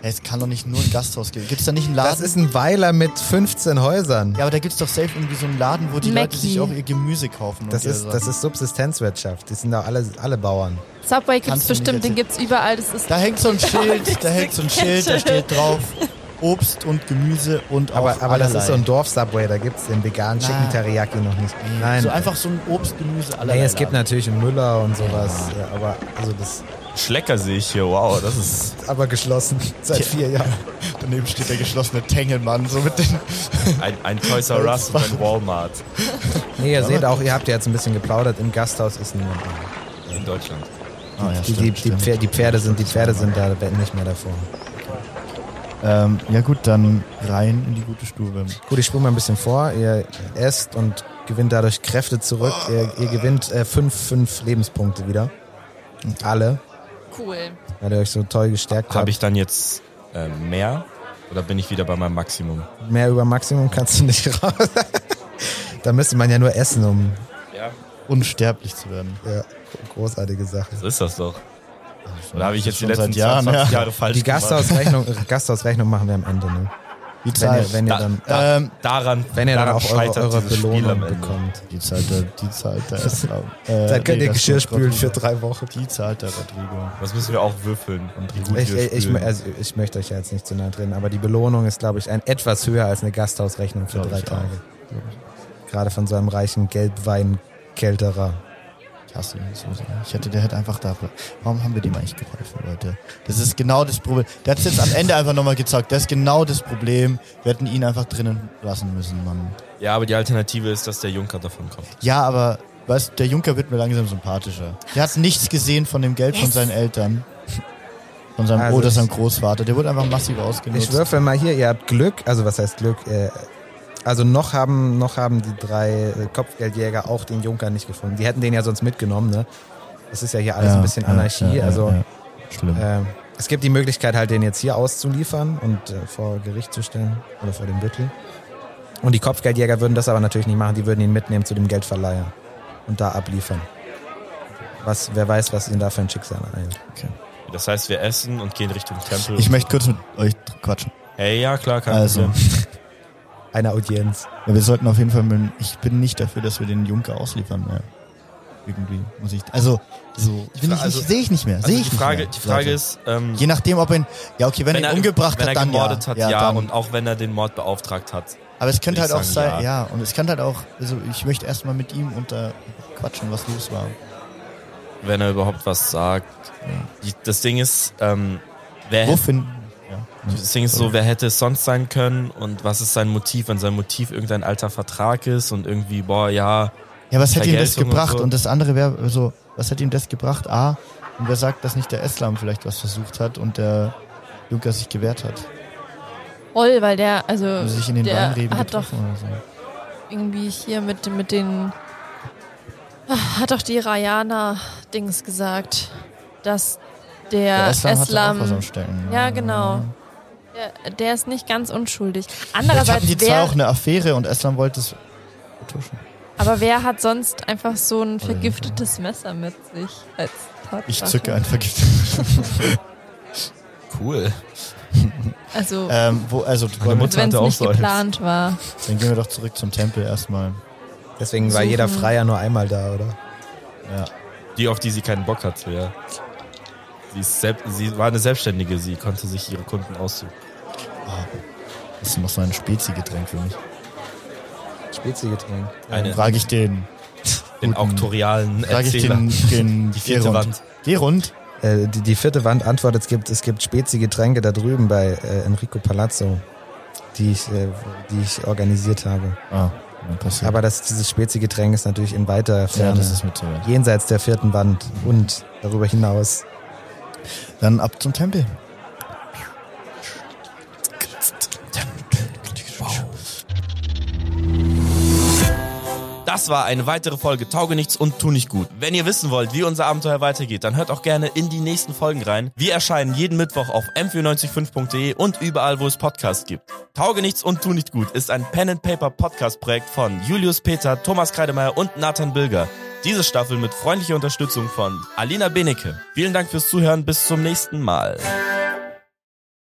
Speaker 5: Ey, es kann doch nicht nur ein Gasthaus geben. Gibt's da nicht einen Laden?
Speaker 2: Das ist ein Weiler mit 15 Häusern.
Speaker 5: ja, aber da gibt's doch safe irgendwie so einen Laden, wo die Leute
Speaker 7: Mackie.
Speaker 5: sich auch ihr Gemüse kaufen.
Speaker 2: Das
Speaker 5: und
Speaker 2: ist,
Speaker 5: ihr
Speaker 2: das
Speaker 5: Sachen.
Speaker 2: ist Subsistenzwirtschaft. Die sind doch alle, alle Bauern.
Speaker 7: Subway gibt's
Speaker 5: Kannst du nicht
Speaker 7: bestimmt, den
Speaker 5: erzählen.
Speaker 7: gibt's überall. Das ist
Speaker 5: Da hängt so ein Schild, da hängt so ein Schild, da steht drauf. Obst und Gemüse und auch
Speaker 2: Aber, aber das ist so
Speaker 5: allerlei.
Speaker 2: ein Dorf-Subway, da gibt's den veganen
Speaker 5: Na.
Speaker 2: Chicken Teriyaki noch nicht. Nein.
Speaker 5: So einfach so ein Obst, Gemüse, allerlei.
Speaker 2: nee, es gibt
Speaker 5: Laden.
Speaker 2: natürlich einen Müller und sowas, ja, aber also das
Speaker 3: Schlecker sehe ich hier, wow, das ist
Speaker 2: aber geschlossen <laughs> seit vier Jahren.
Speaker 5: Daneben steht der geschlossene Tengelmann, so mit den
Speaker 3: ein, ein Toys R
Speaker 2: <laughs>
Speaker 3: Us und ein Walmart
Speaker 2: Nee, ihr seht auch, ihr habt ja jetzt ein bisschen geplaudert, im Gasthaus ist niemand mehr.
Speaker 3: in Deutschland.
Speaker 5: Ah, ja,
Speaker 2: die, die, die, Pferde, die Pferde sind, die Pferde sind da nicht mehr davor.
Speaker 5: Ähm, ja gut, dann rein in die gute Stube. um
Speaker 2: Gut, ich spule mal ein bisschen vor. Ihr esst und gewinnt dadurch Kräfte zurück. Ihr, ihr gewinnt äh, fünf, fünf Lebenspunkte wieder. Und Alle,
Speaker 6: Cool.
Speaker 2: weil ihr euch so toll gestärkt habt.
Speaker 3: Habe ich dann jetzt äh, mehr oder bin ich wieder bei meinem Maximum?
Speaker 2: Mehr über Maximum kannst du nicht <laughs> raus. da müsste man ja nur essen, um
Speaker 3: Ja.
Speaker 5: Unsterblich zu werden.
Speaker 2: ja, großartige Sache.
Speaker 3: Das ist das doch. Oder habe ich jetzt die
Speaker 5: Schon
Speaker 3: letzten
Speaker 5: seit Jahren,
Speaker 3: 20
Speaker 5: ja.
Speaker 3: Jahre falsch
Speaker 2: Die
Speaker 3: gemacht?
Speaker 2: Gasthausrechnung, Gasthausrechnung machen wir am Ende. Ne?
Speaker 5: Die
Speaker 2: Wenn
Speaker 5: Zahl,
Speaker 2: ihr, wenn ihr
Speaker 3: Da-
Speaker 2: dann,
Speaker 3: da-
Speaker 5: Ähm,
Speaker 3: Daran,
Speaker 2: wenn ihr dann
Speaker 3: daran
Speaker 2: auch eure,
Speaker 3: scheitert
Speaker 2: eure
Speaker 3: dieses Spiel am
Speaker 2: Belohnung
Speaker 3: Ende.
Speaker 2: bekommt.
Speaker 5: die zahlt der, die zahlt
Speaker 2: <laughs>
Speaker 5: der äh,
Speaker 2: Dann könnt
Speaker 5: nee,
Speaker 2: ihr
Speaker 5: das
Speaker 2: Geschirr
Speaker 5: ist
Speaker 2: spülen
Speaker 5: Rodrigo.
Speaker 2: für drei Wochen.
Speaker 5: Die zahlt der Rodrigo.
Speaker 3: Das müssen wir auch würfeln und wie gut
Speaker 2: Ich,
Speaker 3: wir
Speaker 2: ich, ich,
Speaker 3: spielen.
Speaker 2: also ich möchte euch ja jetzt nicht zu nahe treten, aber die Belohnung ist, glaube ich, ein etwas höher als eine Gasthausrechnung für
Speaker 5: Glaub
Speaker 2: drei
Speaker 5: ich auch.
Speaker 2: Tage. Gerade von so einem reichen Gelbweinkelterer.
Speaker 5: Ich hasse ihn so sehr. Ich hätte, der hätte einfach da. Warum haben wir dem eigentlich geholfen, Leute? Das ist genau das Problem. Der hat es jetzt am Ende einfach nochmal gezeigt. Das ist genau das Problem. Wir hätten ihn einfach drinnen lassen müssen, Mann.
Speaker 3: ja, aber die Alternative ist, dass der Junker davon kommt.
Speaker 5: Ja, aber weißt, du, der Junker wird mir langsam sympathischer. Der hat nichts gesehen von dem Geld von seinen Eltern. Von seinem
Speaker 2: Also
Speaker 5: Bruder,
Speaker 2: ich-
Speaker 5: seinem Großvater. Der wurde einfach massiv ausgenutzt.
Speaker 2: Ich würfel mal hier, ihr habt Glück, also was heißt Glück? Äh, also noch haben, noch haben die drei äh, Kopfgeldjäger auch den Junker nicht gefunden. Die hätten den ja sonst mitgenommen, ne? Es ist ja hier alles ein bisschen Anarchie. also
Speaker 5: ja. Schlimm.
Speaker 2: ähm, es gibt die Möglichkeit, halt den jetzt hier auszuliefern und äh, vor Gericht zu stellen oder vor dem Büttel. Und die Kopfgeldjäger würden das aber natürlich nicht machen, die würden ihn mitnehmen zu dem Geldverleiher und da abliefern. Was, wer weiß, was ihnen da für ein Schicksal eilt.
Speaker 3: Das heißt, wir essen und gehen Richtung Tempel.
Speaker 5: Ich möchte kurz mit euch quatschen.
Speaker 3: hey, ja, klar, kein
Speaker 5: Also,
Speaker 3: Problem.
Speaker 2: Eine Audienz.
Speaker 5: ja, wir sollten auf jeden Fall. mit- Ich bin nicht dafür, dass wir den Junker ausliefern. Ja. Irgendwie muss ich. Also, so. Ich bin nicht,
Speaker 3: Also-
Speaker 5: nicht, sehe ich nicht mehr.
Speaker 3: Also
Speaker 5: sehe ich
Speaker 3: die Frage,
Speaker 5: nicht mehr,
Speaker 3: die Frage
Speaker 5: Leute.
Speaker 3: ist, ähm,
Speaker 5: Je nachdem, ob er ihn. Ja, okay, wenn, er ihn umgebracht
Speaker 3: wenn
Speaker 5: hat,
Speaker 3: er
Speaker 5: dann
Speaker 3: gemordet
Speaker 5: ja.
Speaker 3: hat, ja,
Speaker 5: dann,
Speaker 3: und auch wenn er den Mord beauftragt hat.
Speaker 5: Aber es könnte
Speaker 3: Ich
Speaker 5: halt auch
Speaker 3: sagen,
Speaker 5: sein, ja. und es könnte halt auch, also ich möchte erstmal mit ihm unter quatschen, was los war.
Speaker 3: Wenn er überhaupt was sagt. Die, das Ding ist, ähm, wer
Speaker 5: Wo
Speaker 3: hätte,
Speaker 5: finden?
Speaker 3: das Ding
Speaker 5: Also-
Speaker 3: ist so, wer hätte es sonst sein können und was ist sein Motiv, wenn sein Motiv irgendein alter Vertrag ist und irgendwie, boah, ja,
Speaker 5: Ja, was hätte ihm das
Speaker 3: Vergeltung und
Speaker 5: gebracht? Und,
Speaker 3: so.
Speaker 5: das andere wäre, also, was hätte ihm das gebracht? A, und wer sagt, dass nicht der Eslam vielleicht was versucht hat und der Junker sich gewehrt hat?
Speaker 7: Voll, weil der, also,
Speaker 5: Und sich in den
Speaker 7: der
Speaker 5: Weinreben
Speaker 7: hat doch
Speaker 5: getroffen oder so.
Speaker 7: irgendwie hier mit, mit den. Ah, Hat doch die Rayana-Dings gesagt, dass der,
Speaker 5: Der Eslam hat auch was
Speaker 7: Islam.
Speaker 5: am Stecken.
Speaker 7: Ja, genau. Der, der ist nicht ganz unschuldig.
Speaker 5: Vielleicht hatten
Speaker 7: Andererseits,
Speaker 5: die zwei
Speaker 7: wer,
Speaker 5: auch eine Affäre und Eslam wollte es vertuschen.
Speaker 7: aber wer hat sonst einfach so ein
Speaker 3: Äh.
Speaker 5: Oder nicht,
Speaker 7: vergiftetes Messer mit sich als Tatwaffe?
Speaker 5: Ich zücke ein Vergiftung.
Speaker 3: cool.
Speaker 7: Also,
Speaker 5: <laughs> ähm, wo, also,
Speaker 3: Meine Mutter
Speaker 7: wenn es
Speaker 3: Äh, hatte auch
Speaker 7: nicht
Speaker 3: so eins.
Speaker 7: geplant war.
Speaker 5: dann gehen wir doch zurück zum Tempel erstmal.
Speaker 2: Deswegen war jeder
Speaker 7: Suchen.
Speaker 2: Freier nur einmal da, oder?
Speaker 3: Die, auf die sie keinen Bock hatte, ja. Sie, ist selb sie war eine Selbstständige, sie konnte sich ihre Kunden aussuchen.
Speaker 5: Das ist noch so ein Spezi-Getränk für mich.
Speaker 2: Spezi-Getränk.
Speaker 3: Eine,
Speaker 5: Frage Äh, ich den.
Speaker 3: den
Speaker 5: guten-
Speaker 3: auktorialen
Speaker 5: Frage ich
Speaker 3: Erzähler.
Speaker 5: den, den
Speaker 3: Die vierte
Speaker 5: Gerund.
Speaker 3: Wand.
Speaker 5: Gerund?
Speaker 2: Äh, die, die vierte Wand antwortet, es gibt, es gibt Spezi-Getränke da drüben bei äh, Enrico Palazzo, die ich, äh, die ich organisiert habe.
Speaker 5: Ah, dann passiert.
Speaker 2: Aber das, dieses Spezi-Getränk ist natürlich in weiter
Speaker 5: ja,
Speaker 2: Ferne,
Speaker 5: das ist mir zu weit.
Speaker 2: jenseits der vierten Wand und darüber hinaus.
Speaker 5: Dann ab zum Tempel.
Speaker 3: Das war eine weitere Folge Tauge nichts und tu nicht gut. Wenn ihr wissen wollt, wie unser Abenteuer weitergeht, dann hört auch gerne in die nächsten Folgen rein. Wir erscheinen jeden Mittwoch auf m495.de e und überall, wo es Podcasts gibt. Tauge nichts und tu nicht gut ist ein Pen and Paper Podcast Projekt von Julius Peter, Thomas Kreidemeier und Nathan Bilger. Diese Staffel mit freundlicher Unterstützung von Alina Benecke. Vielen Dank fürs Zuhören, bis zum nächsten Mal.